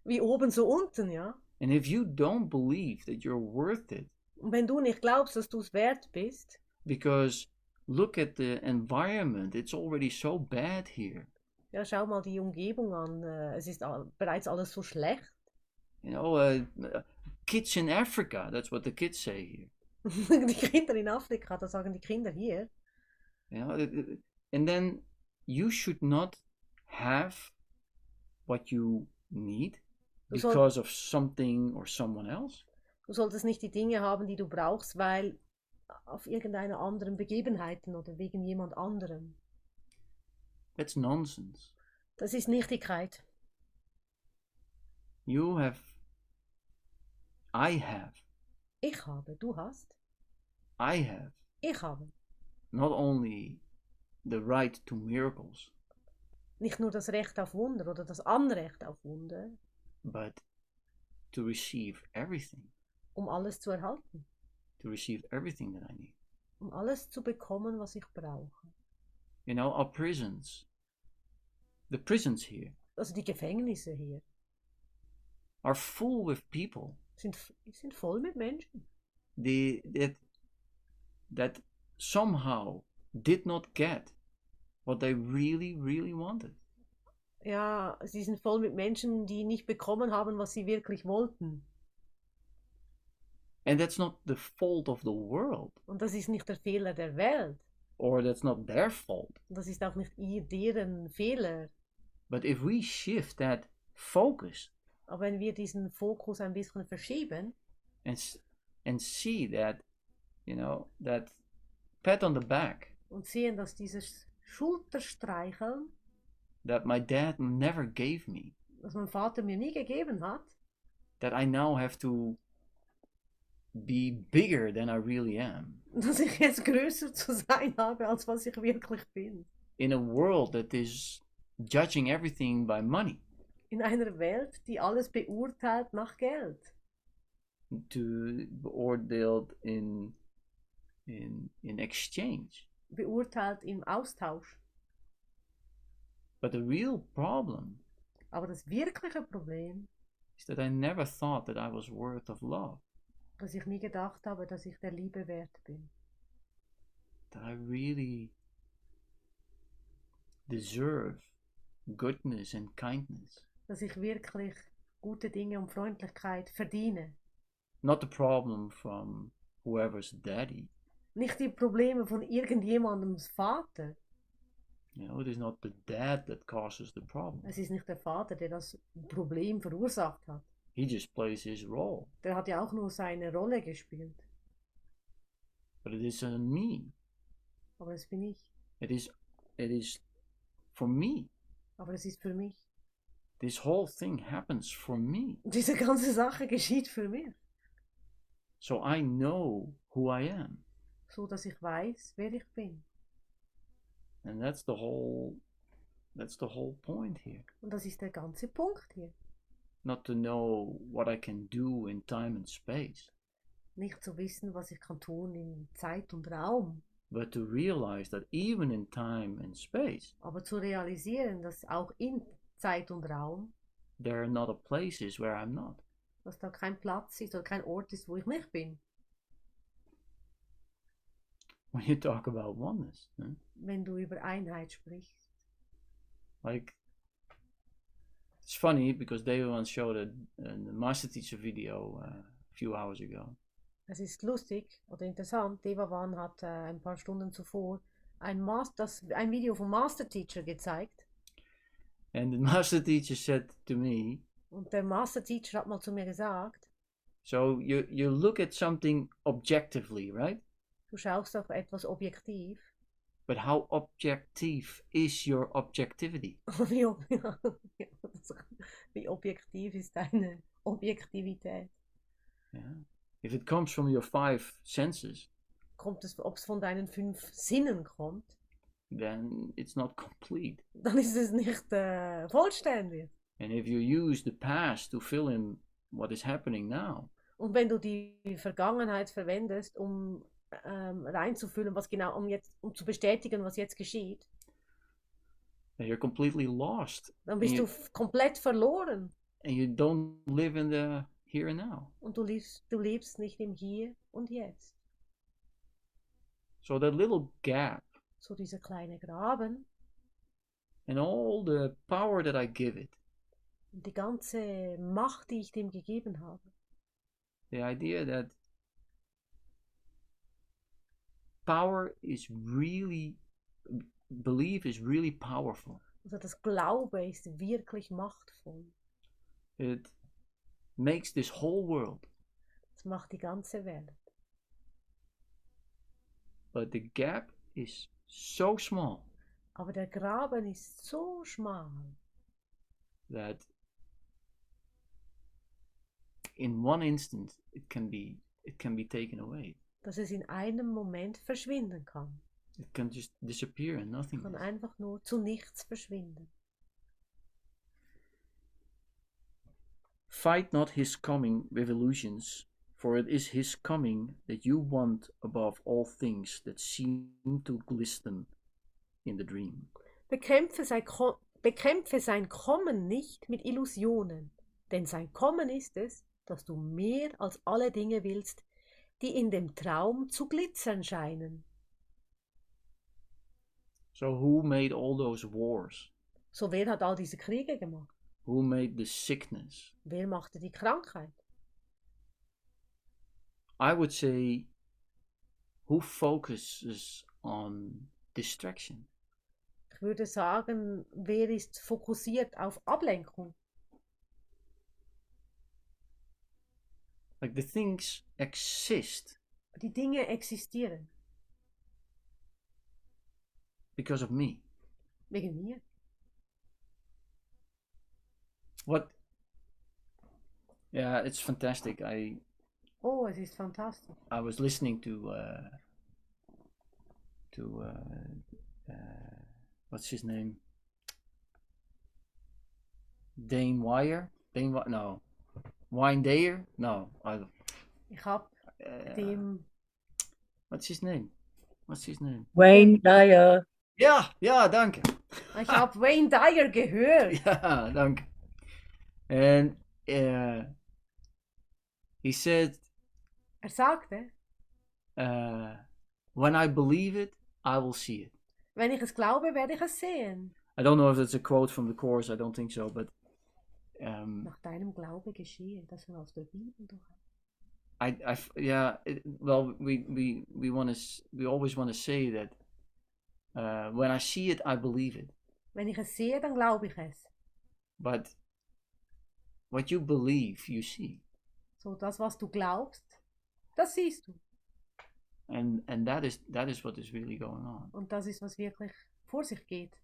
[SPEAKER 3] Wie oben so unten, ja.
[SPEAKER 2] And if you don't believe that you're worth it,
[SPEAKER 3] Und wenn du nicht glaubst, dass du es wert bist,
[SPEAKER 2] because look at the environment, it's already so bad here.
[SPEAKER 3] ja, schau mal die Umgebung an. äh, Es ist all, bereits alles so schlecht. (laughs)
[SPEAKER 2] You know, uh, kids in Africa, that's what the kids say here.
[SPEAKER 3] die Kinder in Afrika, das sagen die Kinder hier.
[SPEAKER 2] You know, it- it- and then you should not have what you need
[SPEAKER 3] Du, soll,
[SPEAKER 2] because of something or someone else.
[SPEAKER 3] du solltest nicht die Dinge haben, die du brauchst, weil auf irgendeiner anderen Begebenheiten oder wegen jemand anderem.
[SPEAKER 2] That's nonsense.
[SPEAKER 3] Das ist Nichtigkeit.
[SPEAKER 2] You have, I have,
[SPEAKER 3] Ich habe, du hast,
[SPEAKER 2] I have
[SPEAKER 3] ich habe.
[SPEAKER 2] not only the right to miracles,
[SPEAKER 3] Nicht nur das Recht auf Wunder oder das Anrecht auf Wunder,
[SPEAKER 2] but to receive everything,
[SPEAKER 3] um alles zu erhalten,
[SPEAKER 2] to receive everything that I need.
[SPEAKER 3] um alles zu bekommen, was ich brauche.
[SPEAKER 2] You know, our prisons, the prisons here
[SPEAKER 3] Also die Gefängnisse hier
[SPEAKER 2] are full with people
[SPEAKER 3] sind, sind voll mit Menschen,
[SPEAKER 2] the that that somehow did not get what they really really wanted
[SPEAKER 3] Ja, sie sind voll mit Menschen, die nicht bekommen haben, was sie wirklich wollten.
[SPEAKER 2] and that's not the fault of the world
[SPEAKER 3] Und das ist nicht der Fehler der Welt.
[SPEAKER 2] or that's not their fault
[SPEAKER 3] Und das ist auch nicht ihr, deren Fehler.
[SPEAKER 2] but if we shift that focus
[SPEAKER 3] Aber wenn wir diesen Fokus ein bisschen verschieben
[SPEAKER 2] and s- and see that you know that pat on the back
[SPEAKER 3] und sehen, dass dieses Schulterstreicheln,
[SPEAKER 2] that my dad never gave me
[SPEAKER 3] das mein Vater mir nie gegeben hat, (laughs)
[SPEAKER 2] that i now have to be bigger than i really am
[SPEAKER 3] dass ich jetzt größer zu sein habe, als was ich wirklich bin.
[SPEAKER 2] in a world that is judging everything by money
[SPEAKER 3] In einer Welt, die alles beurteilt nach Geld.
[SPEAKER 2] to beoordeeld in in in exchange.
[SPEAKER 3] Beurteilt im Austausch.
[SPEAKER 2] But the real problem
[SPEAKER 3] Aber das wirkliche Problem,
[SPEAKER 2] is that I never thought that I was worth of love,
[SPEAKER 3] dass ich nie gedacht habe, dass ich der Liebe wert bin.
[SPEAKER 2] that I really deserve goodness and kindness.
[SPEAKER 3] Dass ich wirklich gute Dinge und Freundlichkeit verdiene.
[SPEAKER 2] Not the problem from whoever's daddy.
[SPEAKER 3] Nicht die Probleme von irgendjemandems Vater.
[SPEAKER 2] You know, it is not the dad that causes the problem.
[SPEAKER 3] Es ist nicht der Vater, der das Problem verursacht hat.
[SPEAKER 2] He just plays his role.
[SPEAKER 3] Der hat ja auch nur seine Rolle gespielt.
[SPEAKER 2] But it is on me.
[SPEAKER 3] Aber das bin ich.
[SPEAKER 2] It is it is for me.
[SPEAKER 3] Aber das ist für mich.
[SPEAKER 2] This whole thing happens for me.
[SPEAKER 3] Diese ganze Sache geschieht für mich.
[SPEAKER 2] So I know who I am.
[SPEAKER 3] so dass ich weiß, wer ich bin.
[SPEAKER 2] And that's the whole that's the whole point here.
[SPEAKER 3] Und das ist der ganze Punkt hier.
[SPEAKER 2] Not to know what I can do in time and space,
[SPEAKER 3] Nicht zu wissen, was ich kann tun in Zeit und Raum,
[SPEAKER 2] but to realize that even in time and space,
[SPEAKER 3] aber zu realisieren, dass auch in Zeit und Raum,
[SPEAKER 2] there are not a places where I'm not. (laughs)
[SPEAKER 3] dass da kein Platz ist oder kein Ort ist, wo ich nicht bin.
[SPEAKER 2] When you talk about oneness, huh?
[SPEAKER 3] Wenn du über Einheit sprichst.
[SPEAKER 2] like it's funny because David once showed a, a master teacher video uh, a few hours ago,
[SPEAKER 3] Es ist lustig oder interessant, Devavan hat äh, ein paar Stunden zuvor ein, Mas das, ein Video vom Master Teacher gezeigt.
[SPEAKER 2] and the (laughs) master teacher said to me,
[SPEAKER 3] Und der Master Teacher hat mal zu mir gesagt,
[SPEAKER 2] "So you you look at something objectively, right?"
[SPEAKER 3] du schaust auf etwas objektiv
[SPEAKER 2] But how objective is your objectivity?
[SPEAKER 3] (laughs) Wie, ob- ja, das ist- wie objektiv ist deine Objektivität?
[SPEAKER 2] Yeah. If it comes from your five senses,
[SPEAKER 3] Kommt es, ob es von deinen fünf Sinnen kommt,
[SPEAKER 2] then it's not complete.
[SPEAKER 3] dann ist es nicht äh, vollständig.
[SPEAKER 2] And if you use the past to fill in what is happening now,
[SPEAKER 3] Und wenn du die Vergangenheit verwendest, um ähm, reinzufüllen, was genau, um jetzt, um zu bestätigen, was jetzt geschieht,
[SPEAKER 2] then you're completely lost
[SPEAKER 3] dann bist
[SPEAKER 2] Ja.
[SPEAKER 3] du f- komplett verloren
[SPEAKER 2] and you don't live in the here and now.
[SPEAKER 3] und du lebst, du lebst nicht im Hier und Jetzt.
[SPEAKER 2] So that little gap
[SPEAKER 3] So dieser kleine Graben
[SPEAKER 2] and all the power that I give it,
[SPEAKER 3] und die ganze Macht, die ich dem gegeben habe.
[SPEAKER 2] the idea that power is really, belief is really powerful.
[SPEAKER 3] Also das Glaube ist wirklich machtvoll.
[SPEAKER 2] It makes this whole world,
[SPEAKER 3] Das macht die ganze Welt.
[SPEAKER 2] but the gap is so small
[SPEAKER 3] Aber der Graben ist so schmal.
[SPEAKER 2] that in one instant it can be it can be taken away
[SPEAKER 3] dass es in einem Moment verschwinden kann.
[SPEAKER 2] it can just disappear and nothing
[SPEAKER 3] Kann einfach nur zu nichts verschwinden.
[SPEAKER 2] fight not his coming with illusions for it is his coming that you want above all things that seem to glisten in the dream
[SPEAKER 3] Bekämpfe sein, Ko bekämpfe sein Kommen nicht mit Illusionen, denn sein Kommen ist es, dass du mehr als alle Dinge willst, die in dem Traum zu glitzern scheinen.
[SPEAKER 2] so who made all those wars
[SPEAKER 3] So wer hat all diese Kriege gemacht?
[SPEAKER 2] who made the sickness
[SPEAKER 3] Wer machte die Krankheit?
[SPEAKER 2] i would say who focuses on distraction
[SPEAKER 3] Ich würde sagen, wer ist fokussiert auf Ablenkung?
[SPEAKER 2] like the things exist
[SPEAKER 3] Die Dinge existieren
[SPEAKER 2] because of me.
[SPEAKER 3] wegen mir.
[SPEAKER 2] What? Yeah, it's fantastic. I
[SPEAKER 3] Oh, es ist fantastisch.
[SPEAKER 2] I was listening to uh, to uh, uh, what's his name? Dane Wire. Dane Wi- no, Wine Dayer. No, I,
[SPEAKER 3] Ich habe
[SPEAKER 2] uh,
[SPEAKER 3] dem
[SPEAKER 2] what's his name? What's his name?
[SPEAKER 4] Wayne Dyer.
[SPEAKER 2] Yeah, yeah, danke.
[SPEAKER 3] Ich habe Wayne Dyer gehört.
[SPEAKER 2] (laughs) Yeah, dank. And uh, he said
[SPEAKER 3] Er ne, sagte,
[SPEAKER 2] uh, when I believe it, I will see it.
[SPEAKER 3] wenn ich es glaube, werde ich es sehen.
[SPEAKER 2] I don't know if that's a quote from the course. I don't think so, but um,
[SPEAKER 3] Nach deinem Glaube geschehe, das war aus der Bibel doch.
[SPEAKER 2] I, I f- yeah. It, well, we we we want to we always want to say that uh, when I see it, I believe it.
[SPEAKER 3] Wenn ich es sehe, dann glaube ich es.
[SPEAKER 2] But what you believe, you see,
[SPEAKER 3] So das, was du glaubst, das siehst du.
[SPEAKER 2] and and that is that is what is really going on.
[SPEAKER 3] Und das ist, was wirklich vor sich geht.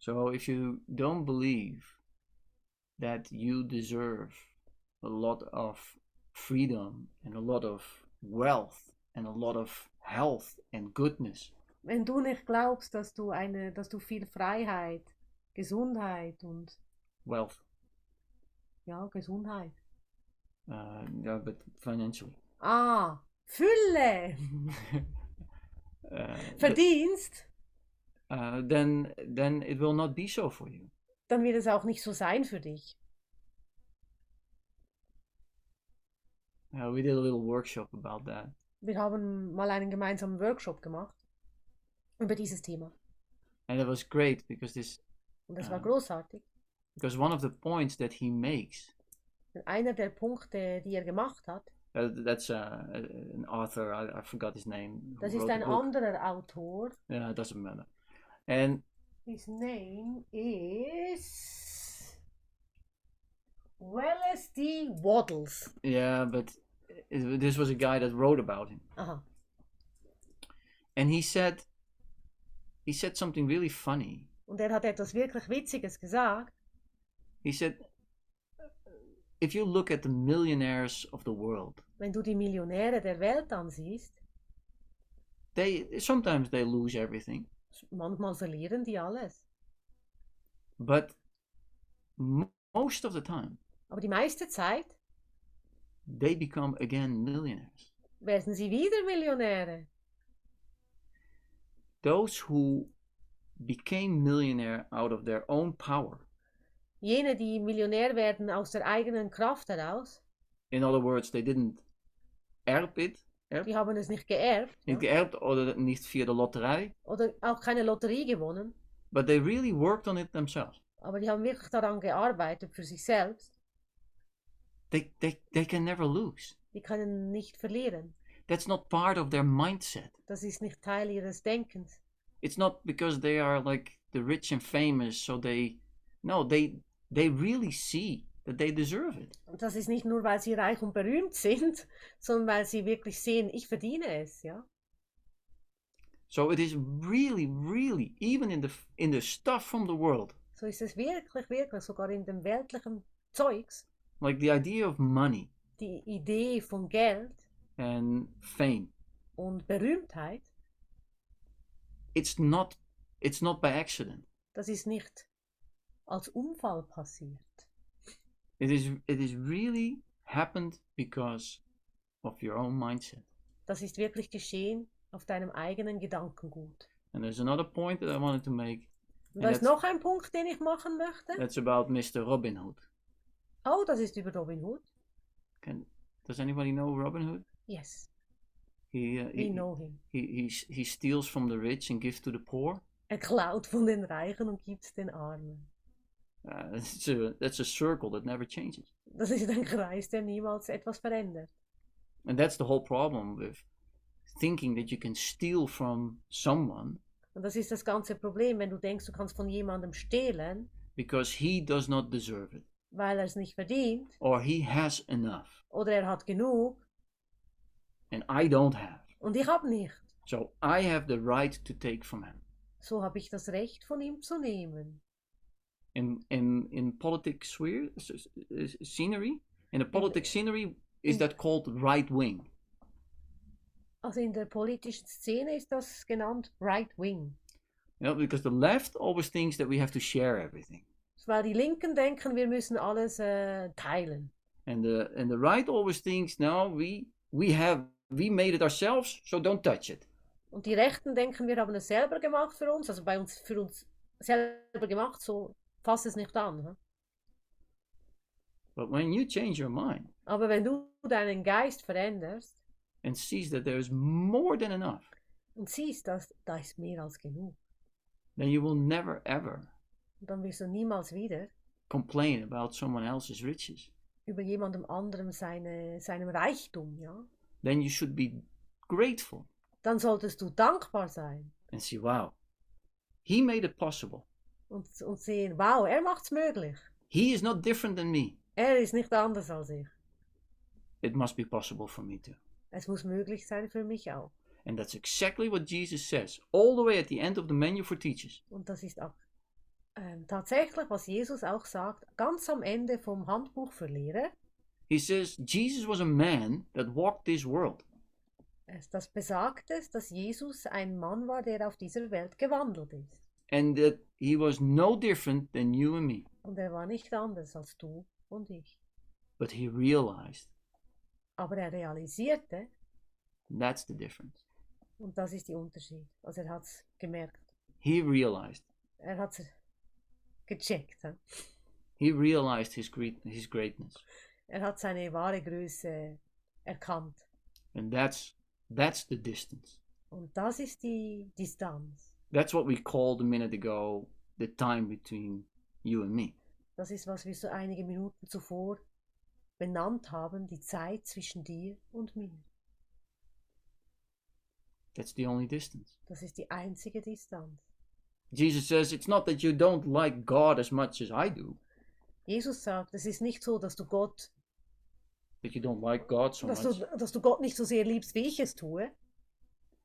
[SPEAKER 2] So if you don't believe that you deserve a lot of freedom and a lot of wealth and a lot of health and goodness,
[SPEAKER 3] Wenn du nicht glaubst, dass du eine, dass du viel Freiheit, Gesundheit und
[SPEAKER 2] wealth,
[SPEAKER 3] ja, Gesundheit.
[SPEAKER 2] uh, yeah, but financially,
[SPEAKER 3] Ah, Fülle
[SPEAKER 2] (laughs) uh, th-
[SPEAKER 3] verdienst,
[SPEAKER 2] uh, then then it will not be so for you.
[SPEAKER 3] dann wird es auch nicht so sein für dich.
[SPEAKER 2] Uh, we did a little workshop about that,
[SPEAKER 3] Wir haben mal einen gemeinsamen Workshop gemacht über dieses Thema.
[SPEAKER 2] and it was great because this
[SPEAKER 3] Und das
[SPEAKER 2] Ah.
[SPEAKER 3] war großartig.
[SPEAKER 2] because one of the points that he makes
[SPEAKER 3] Denn einer der Punkte, die er gemacht hat,
[SPEAKER 2] uh, that's uh, an author I, I forgot his name. who
[SPEAKER 3] das
[SPEAKER 2] wrote
[SPEAKER 3] ist
[SPEAKER 2] the
[SPEAKER 3] ein
[SPEAKER 2] book.
[SPEAKER 3] anderer Autor.
[SPEAKER 2] Yeah, it doesn't matter. And
[SPEAKER 3] His name is Wallace D. Waddles.
[SPEAKER 2] yeah, but it, this was a guy that wrote about him,
[SPEAKER 3] Aha.
[SPEAKER 2] and he said He said something really funny.
[SPEAKER 3] Und er hat etwas wirklich Witziges gesagt.
[SPEAKER 2] He said, if you look at the millionaires of the world,
[SPEAKER 3] Wenn du die Millionäre der Welt ansiehst,
[SPEAKER 2] they sometimes they lose everything,
[SPEAKER 3] manchmal verlieren die alles.
[SPEAKER 2] but m- most of the time
[SPEAKER 3] Aber die meiste Zeit
[SPEAKER 2] they become again millionaires.
[SPEAKER 3] werden sie wieder Millionäre.
[SPEAKER 2] Those who became millionaire out of their own power,
[SPEAKER 3] Jene, die Millionär werden aus der eigenen Kraft heraus,
[SPEAKER 2] in other words, they didn't erb it, erb,
[SPEAKER 3] die haben es nicht geerbt
[SPEAKER 2] niet
[SPEAKER 3] ja?
[SPEAKER 2] geërfd oder niet via de loterij,
[SPEAKER 3] oder auch keine Lotterie gewonnen,
[SPEAKER 2] but they really worked on it themselves.
[SPEAKER 3] aber die haben wirklich daran gearbeitet für sich selbst.
[SPEAKER 2] They, they, they can never lose.
[SPEAKER 3] Die können nicht verlieren.
[SPEAKER 2] That's not part of their mindset.
[SPEAKER 3] Das ist nicht Teil ihres Denkens.
[SPEAKER 2] it's not because they are like the rich and famous so they no they they really see that they deserve it
[SPEAKER 3] Und das ist nicht nur, weil sie reich und berühmt (laughs) sind, sondern weil sie wirklich sehen, ich verdiene es, ja.
[SPEAKER 2] so it is really really even in the f- in the stuff from the world
[SPEAKER 3] So ist es wirklich, wirklich, sogar in dem weltlichen Zeugs,
[SPEAKER 2] like the idea of money
[SPEAKER 3] die Idee von Geld
[SPEAKER 2] and fame
[SPEAKER 3] und Berühmtheit,
[SPEAKER 2] it's not it's not by accident
[SPEAKER 3] das ist nicht als Unfall passiert.
[SPEAKER 2] it is it is really happened because of your own mindset
[SPEAKER 3] Das ist wirklich geschehen auf deinem eigenen Gedankengut.
[SPEAKER 2] and there's another point that i wanted to make
[SPEAKER 3] Und
[SPEAKER 2] Ja,
[SPEAKER 3] da ist
[SPEAKER 2] jetzt-
[SPEAKER 3] noch ein Punkt, den ich machen möchte.
[SPEAKER 2] that's about mr robin hood
[SPEAKER 3] Oh, das ist über Robin Hood.
[SPEAKER 2] can does anybody know robin hood
[SPEAKER 3] Yes,
[SPEAKER 2] he, uh,
[SPEAKER 3] we
[SPEAKER 2] he,
[SPEAKER 3] know him.
[SPEAKER 2] He, he, s- he steals from the rich and gives to the poor.
[SPEAKER 3] Er klaut von den Reichen und gibt es den Armen.
[SPEAKER 2] Uh, (laughs) that's, a, that's a circle that never changes.
[SPEAKER 3] Das ist ein Kreis, der niemals etwas verändert.
[SPEAKER 2] And that's the whole problem with thinking that you can steal from someone
[SPEAKER 3] Und das ist das ganze Problem, wenn du denkst, du kannst von jemandem stehlen,
[SPEAKER 2] because he does not deserve it
[SPEAKER 3] weil er es nicht verdient
[SPEAKER 2] or he has enough
[SPEAKER 3] oder er hat genug
[SPEAKER 2] and I don't have.
[SPEAKER 3] und ich habe nicht.
[SPEAKER 2] So I have the right to take from him.
[SPEAKER 3] So habe ich das Recht, von ihm zu nehmen.
[SPEAKER 2] In, in, in politics sphere, s- s- s- scenery, in the politics scenery, is
[SPEAKER 3] in-
[SPEAKER 2] that called right wing?
[SPEAKER 3] Also in der politischen Szene ist das genannt Right Wing.
[SPEAKER 2] You know, because the left always thinks that we have to share everything.
[SPEAKER 3] Weil die Linken denken, wir müssen alles äh, teilen.
[SPEAKER 2] And the and the right always thinks, no, we we have we made it ourselves, so don't touch it.
[SPEAKER 3] Und die Rechten denken, wir haben es selber gemacht für uns, also bei uns für uns selber gemacht, so fass es nicht an. hä?
[SPEAKER 2] But when you change your mind
[SPEAKER 3] Aber wenn du deinen Geist veränderst
[SPEAKER 2] and sees that there is more than enough,
[SPEAKER 3] und siehst, dass da ist mehr als genug,
[SPEAKER 2] then you will never ever
[SPEAKER 3] dann wirst du niemals wieder
[SPEAKER 2] complain about someone else's riches.
[SPEAKER 3] über jemandem anderem seine, seinem Reichtum, ja?
[SPEAKER 2] Then you should be grateful
[SPEAKER 3] Dann solltest du dankbar sein
[SPEAKER 2] and see, wow, he made it possible.
[SPEAKER 3] und, und sehen, wow, er macht's möglich.
[SPEAKER 2] He is not different than me.
[SPEAKER 3] Er ist nicht anders als ich.
[SPEAKER 2] It must be possible for me too.
[SPEAKER 3] Es muss möglich sein für mich auch.
[SPEAKER 2] And that's exactly what Jesus says, all the way at the end of the menu for teachers.
[SPEAKER 3] Und das ist auch ähm, tatsächlich, was Jesus auch sagt, ganz am Ende vom Handbuch für Lehrer.
[SPEAKER 2] He says, Jesus was a man that walked this world.
[SPEAKER 3] Es- Das besagt es, dass Jesus ein Mann war, der auf dieser Welt gewandelt ist.
[SPEAKER 2] and that he was no different than you and me.
[SPEAKER 3] Und er war nicht anders als du und ich.
[SPEAKER 2] But he realized
[SPEAKER 3] Aber er realisierte,
[SPEAKER 2] that's the difference.
[SPEAKER 3] und das ist der Unterschied, also er hat es gemerkt.
[SPEAKER 2] He realized
[SPEAKER 3] Er hat es gecheckt. hä?
[SPEAKER 2] he realized his great, his greatness,
[SPEAKER 3] Er hat seine wahre Größe erkannt.
[SPEAKER 2] and that's that's the distance.
[SPEAKER 3] Und das ist die Distanz.
[SPEAKER 2] That's what we called a minute ago the time between you and me.
[SPEAKER 3] Das ist, was wir so einige Minuten zuvor benannt haben, die Zeit zwischen dir und mir.
[SPEAKER 2] That's the only distance.
[SPEAKER 3] Das ist die einzige Distanz.
[SPEAKER 2] Jesus says it's not that you don't like God as much as I do,
[SPEAKER 3] Jesus sagt, es ist nicht so, dass du Gott,
[SPEAKER 2] that you don't like God so
[SPEAKER 3] dass
[SPEAKER 2] much,
[SPEAKER 3] du, dass du Gott nicht so sehr liebst, wie ich es tue,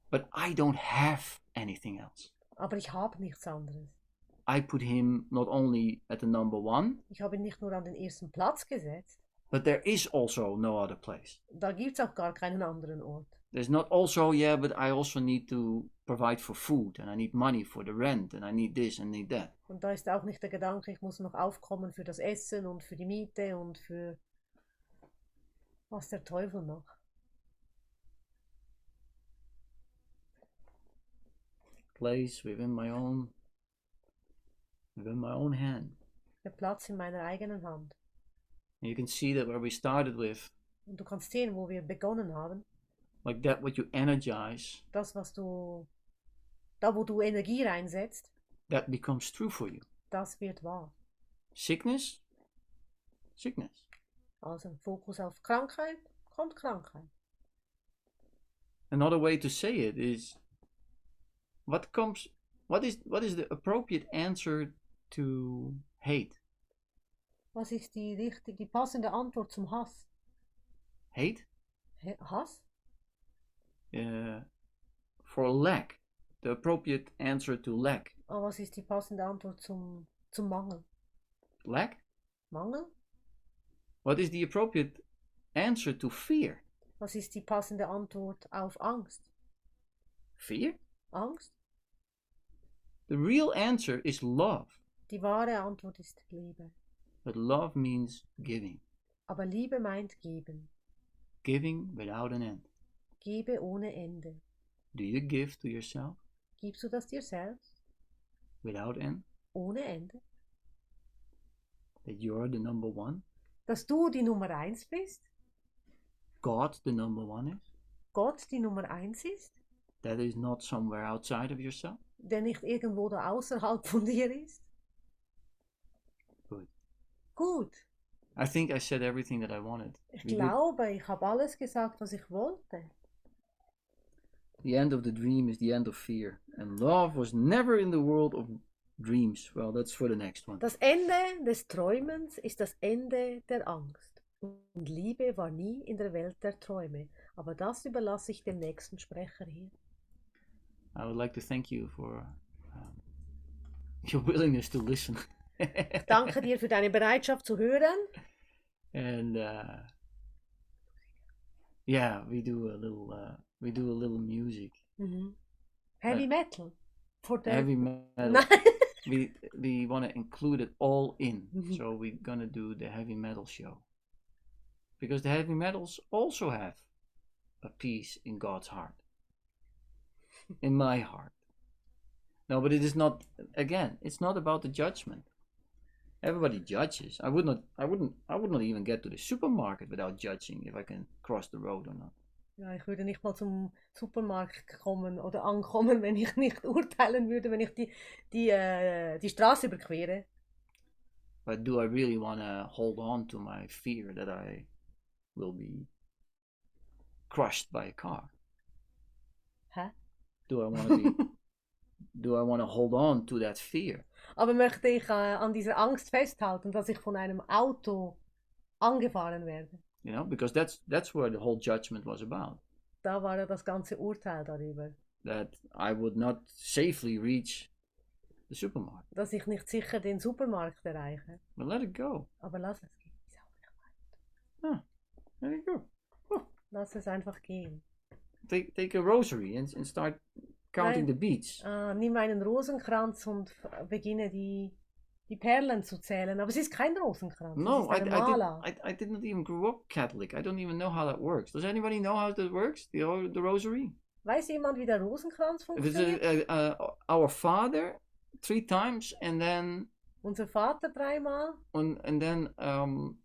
[SPEAKER 2] but I don't have anything else.
[SPEAKER 3] aber ich habe nichts anderes.
[SPEAKER 2] I put him not only at the number one,
[SPEAKER 3] Ich habe ihn nicht nur an den ersten Platz gesetzt,
[SPEAKER 2] but there is also no other place.
[SPEAKER 3] da gibt es auch gar keinen anderen Ort.
[SPEAKER 2] There's not also, yeah, but I also need to provide for food and I need money for the rent and I need this and need that.
[SPEAKER 3] Und da ist auch nicht der Gedanke, ich muss noch aufkommen für das Essen und für die Miete und für was der Teufel noch.
[SPEAKER 2] Place within my own within my own hand.
[SPEAKER 3] Der Platz in meiner eigenen Hand.
[SPEAKER 2] And you can see that where we started with,
[SPEAKER 3] Und du kannst sehen, wo wir begonnen haben,
[SPEAKER 2] like that what you energize,
[SPEAKER 3] das, was du, da wo du Energie reinsetzt,
[SPEAKER 2] that becomes true for you.
[SPEAKER 3] das wird wahr.
[SPEAKER 2] Sickness? Sickness.
[SPEAKER 3] Also Fokus auf Krankheit kommt Krankheit.
[SPEAKER 2] Another way to say it is what comes what is what is the appropriate answer to hate?
[SPEAKER 3] Was ist die richtige, die passende Antwort zum Hass?
[SPEAKER 2] Hate?
[SPEAKER 3] Hä, Hass?
[SPEAKER 2] uh, for lack, the appropriate answer to lack.
[SPEAKER 3] Aber Ah, was ist die passende Antwort zum, zum Mangel?
[SPEAKER 2] Lack?
[SPEAKER 3] Mangel?
[SPEAKER 2] What is the appropriate answer to fear?
[SPEAKER 3] Was ist die passende Antwort auf Angst?
[SPEAKER 2] Fear?
[SPEAKER 3] Angst?
[SPEAKER 2] The real answer is love,
[SPEAKER 3] Die wahre Antwort ist Liebe.
[SPEAKER 2] but love means giving,
[SPEAKER 3] Aber Liebe meint geben.
[SPEAKER 2] giving without an end.
[SPEAKER 3] Gebe ohne Ende.
[SPEAKER 2] Do you give to yourself
[SPEAKER 3] Gibst du das dir selbst?
[SPEAKER 2] without end?
[SPEAKER 3] Ohne Ende?
[SPEAKER 2] That you're the number one,
[SPEAKER 3] Dass du die Nummer eins bist?
[SPEAKER 2] God the number one is?
[SPEAKER 3] Gott die Nummer eins ist?
[SPEAKER 2] That is not somewhere outside of yourself?
[SPEAKER 3] Der nicht irgendwo da außerhalb von dir ist?
[SPEAKER 2] Good.
[SPEAKER 3] Gut.
[SPEAKER 2] I think I said everything that I wanted.
[SPEAKER 3] Ich
[SPEAKER 2] We did
[SPEAKER 3] glaube, ich habe alles gesagt, was ich wollte.
[SPEAKER 2] The end of the dream is the end of fear, and love was never in the world of dreams. Well, that's for the next one.
[SPEAKER 3] Das Ende des Träumens ist das Ende der Angst. Und Liebe war nie in der Welt der Träume. Aber das überlasse ich dem nächsten Sprecher hier.
[SPEAKER 2] I would like to thank you for um, your willingness to listen. (laughs)
[SPEAKER 3] Ich danke dir für deine Bereitschaft zu hören.
[SPEAKER 2] and uh, yeah, we do a little uh, we do a little music,
[SPEAKER 3] Heavy
[SPEAKER 2] Ja.
[SPEAKER 3] Metal. For the
[SPEAKER 2] Äh.
[SPEAKER 3] (laughs)
[SPEAKER 2] heavy metal.
[SPEAKER 3] Nein.
[SPEAKER 2] we we want to include it all in,
[SPEAKER 3] Mhm.
[SPEAKER 2] so we're gonna do the heavy metal show because the heavy metals also have a piece in God's heart, in my heart. No, but it is not. Again, it's not about the judgment. Everybody judges. I would not. I wouldn't. I would not even get to the supermarket without judging if I can cross the road or not.
[SPEAKER 3] Ja, ich würde nicht mal zum Supermarkt kommen oder ankommen, (laughs) wenn ich nicht urteilen würde, wenn ich die, die, äh, die Straße überquere.
[SPEAKER 2] But do I really want to hold on to my fear that I will be crushed by a car?
[SPEAKER 3] Hä?
[SPEAKER 2] Do I want to be? do I want to hold on to that fear?
[SPEAKER 3] Aber möchte ich äh, an dieser Angst festhalten, dass ich von einem Auto angefahren werde?
[SPEAKER 2] You know, because that's that's where the whole judgment was about.
[SPEAKER 3] Da war ja das ganze Urteil darüber,
[SPEAKER 2] That I would not safely reach the supermarket.
[SPEAKER 3] dass ich nicht sicher den Supermarkt erreiche.
[SPEAKER 2] But let it go.
[SPEAKER 3] Aber lass es gehen. Ist auch nicht weit.
[SPEAKER 2] Let it go.
[SPEAKER 3] Lass es einfach gehen.
[SPEAKER 2] Take take a rosary and, and start counting
[SPEAKER 3] Right.
[SPEAKER 2] the beads.
[SPEAKER 3] Ah, nimm einen Rosenkranz und f- beginne die, die Perlen zu zählen. Aber es ist kein Rosenkranz,
[SPEAKER 2] No, I,
[SPEAKER 3] es
[SPEAKER 2] I,
[SPEAKER 3] ist
[SPEAKER 2] did,
[SPEAKER 3] eine Mala.
[SPEAKER 2] I, I did not even grow up Catholic. I don't even know how that works. Does anybody know how that works? The ro- the rosary.
[SPEAKER 3] Weiß jemand, wie der Rosenkranz
[SPEAKER 2] If it's
[SPEAKER 3] funktioniert?
[SPEAKER 2] a, a, a, our Father three times and then
[SPEAKER 3] Unser Vater dreimal,
[SPEAKER 2] on, and then um,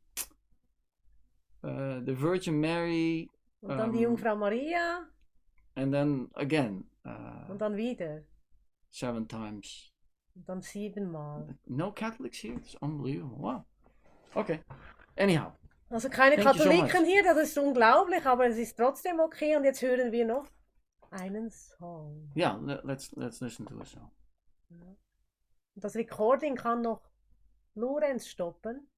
[SPEAKER 2] uh, the Virgin Mary
[SPEAKER 3] und dann die
[SPEAKER 2] Ähm.
[SPEAKER 3] Jungfrau Maria
[SPEAKER 2] and then again uh,
[SPEAKER 3] und dann wieder.
[SPEAKER 2] seven times.
[SPEAKER 3] Und dann siebenmal.
[SPEAKER 2] No Catholics here. It's unbelievable. Wow. Okay. Anyhow,
[SPEAKER 3] Also keine
[SPEAKER 2] Thank you so
[SPEAKER 3] Katholiken
[SPEAKER 2] much.
[SPEAKER 3] hier, das ist unglaublich, aber es ist trotzdem okay. Und jetzt hören wir noch einen Song.
[SPEAKER 2] yeah. le- Let's let's listen to a song.
[SPEAKER 3] Und Das Recording kann noch Lorenz stoppen.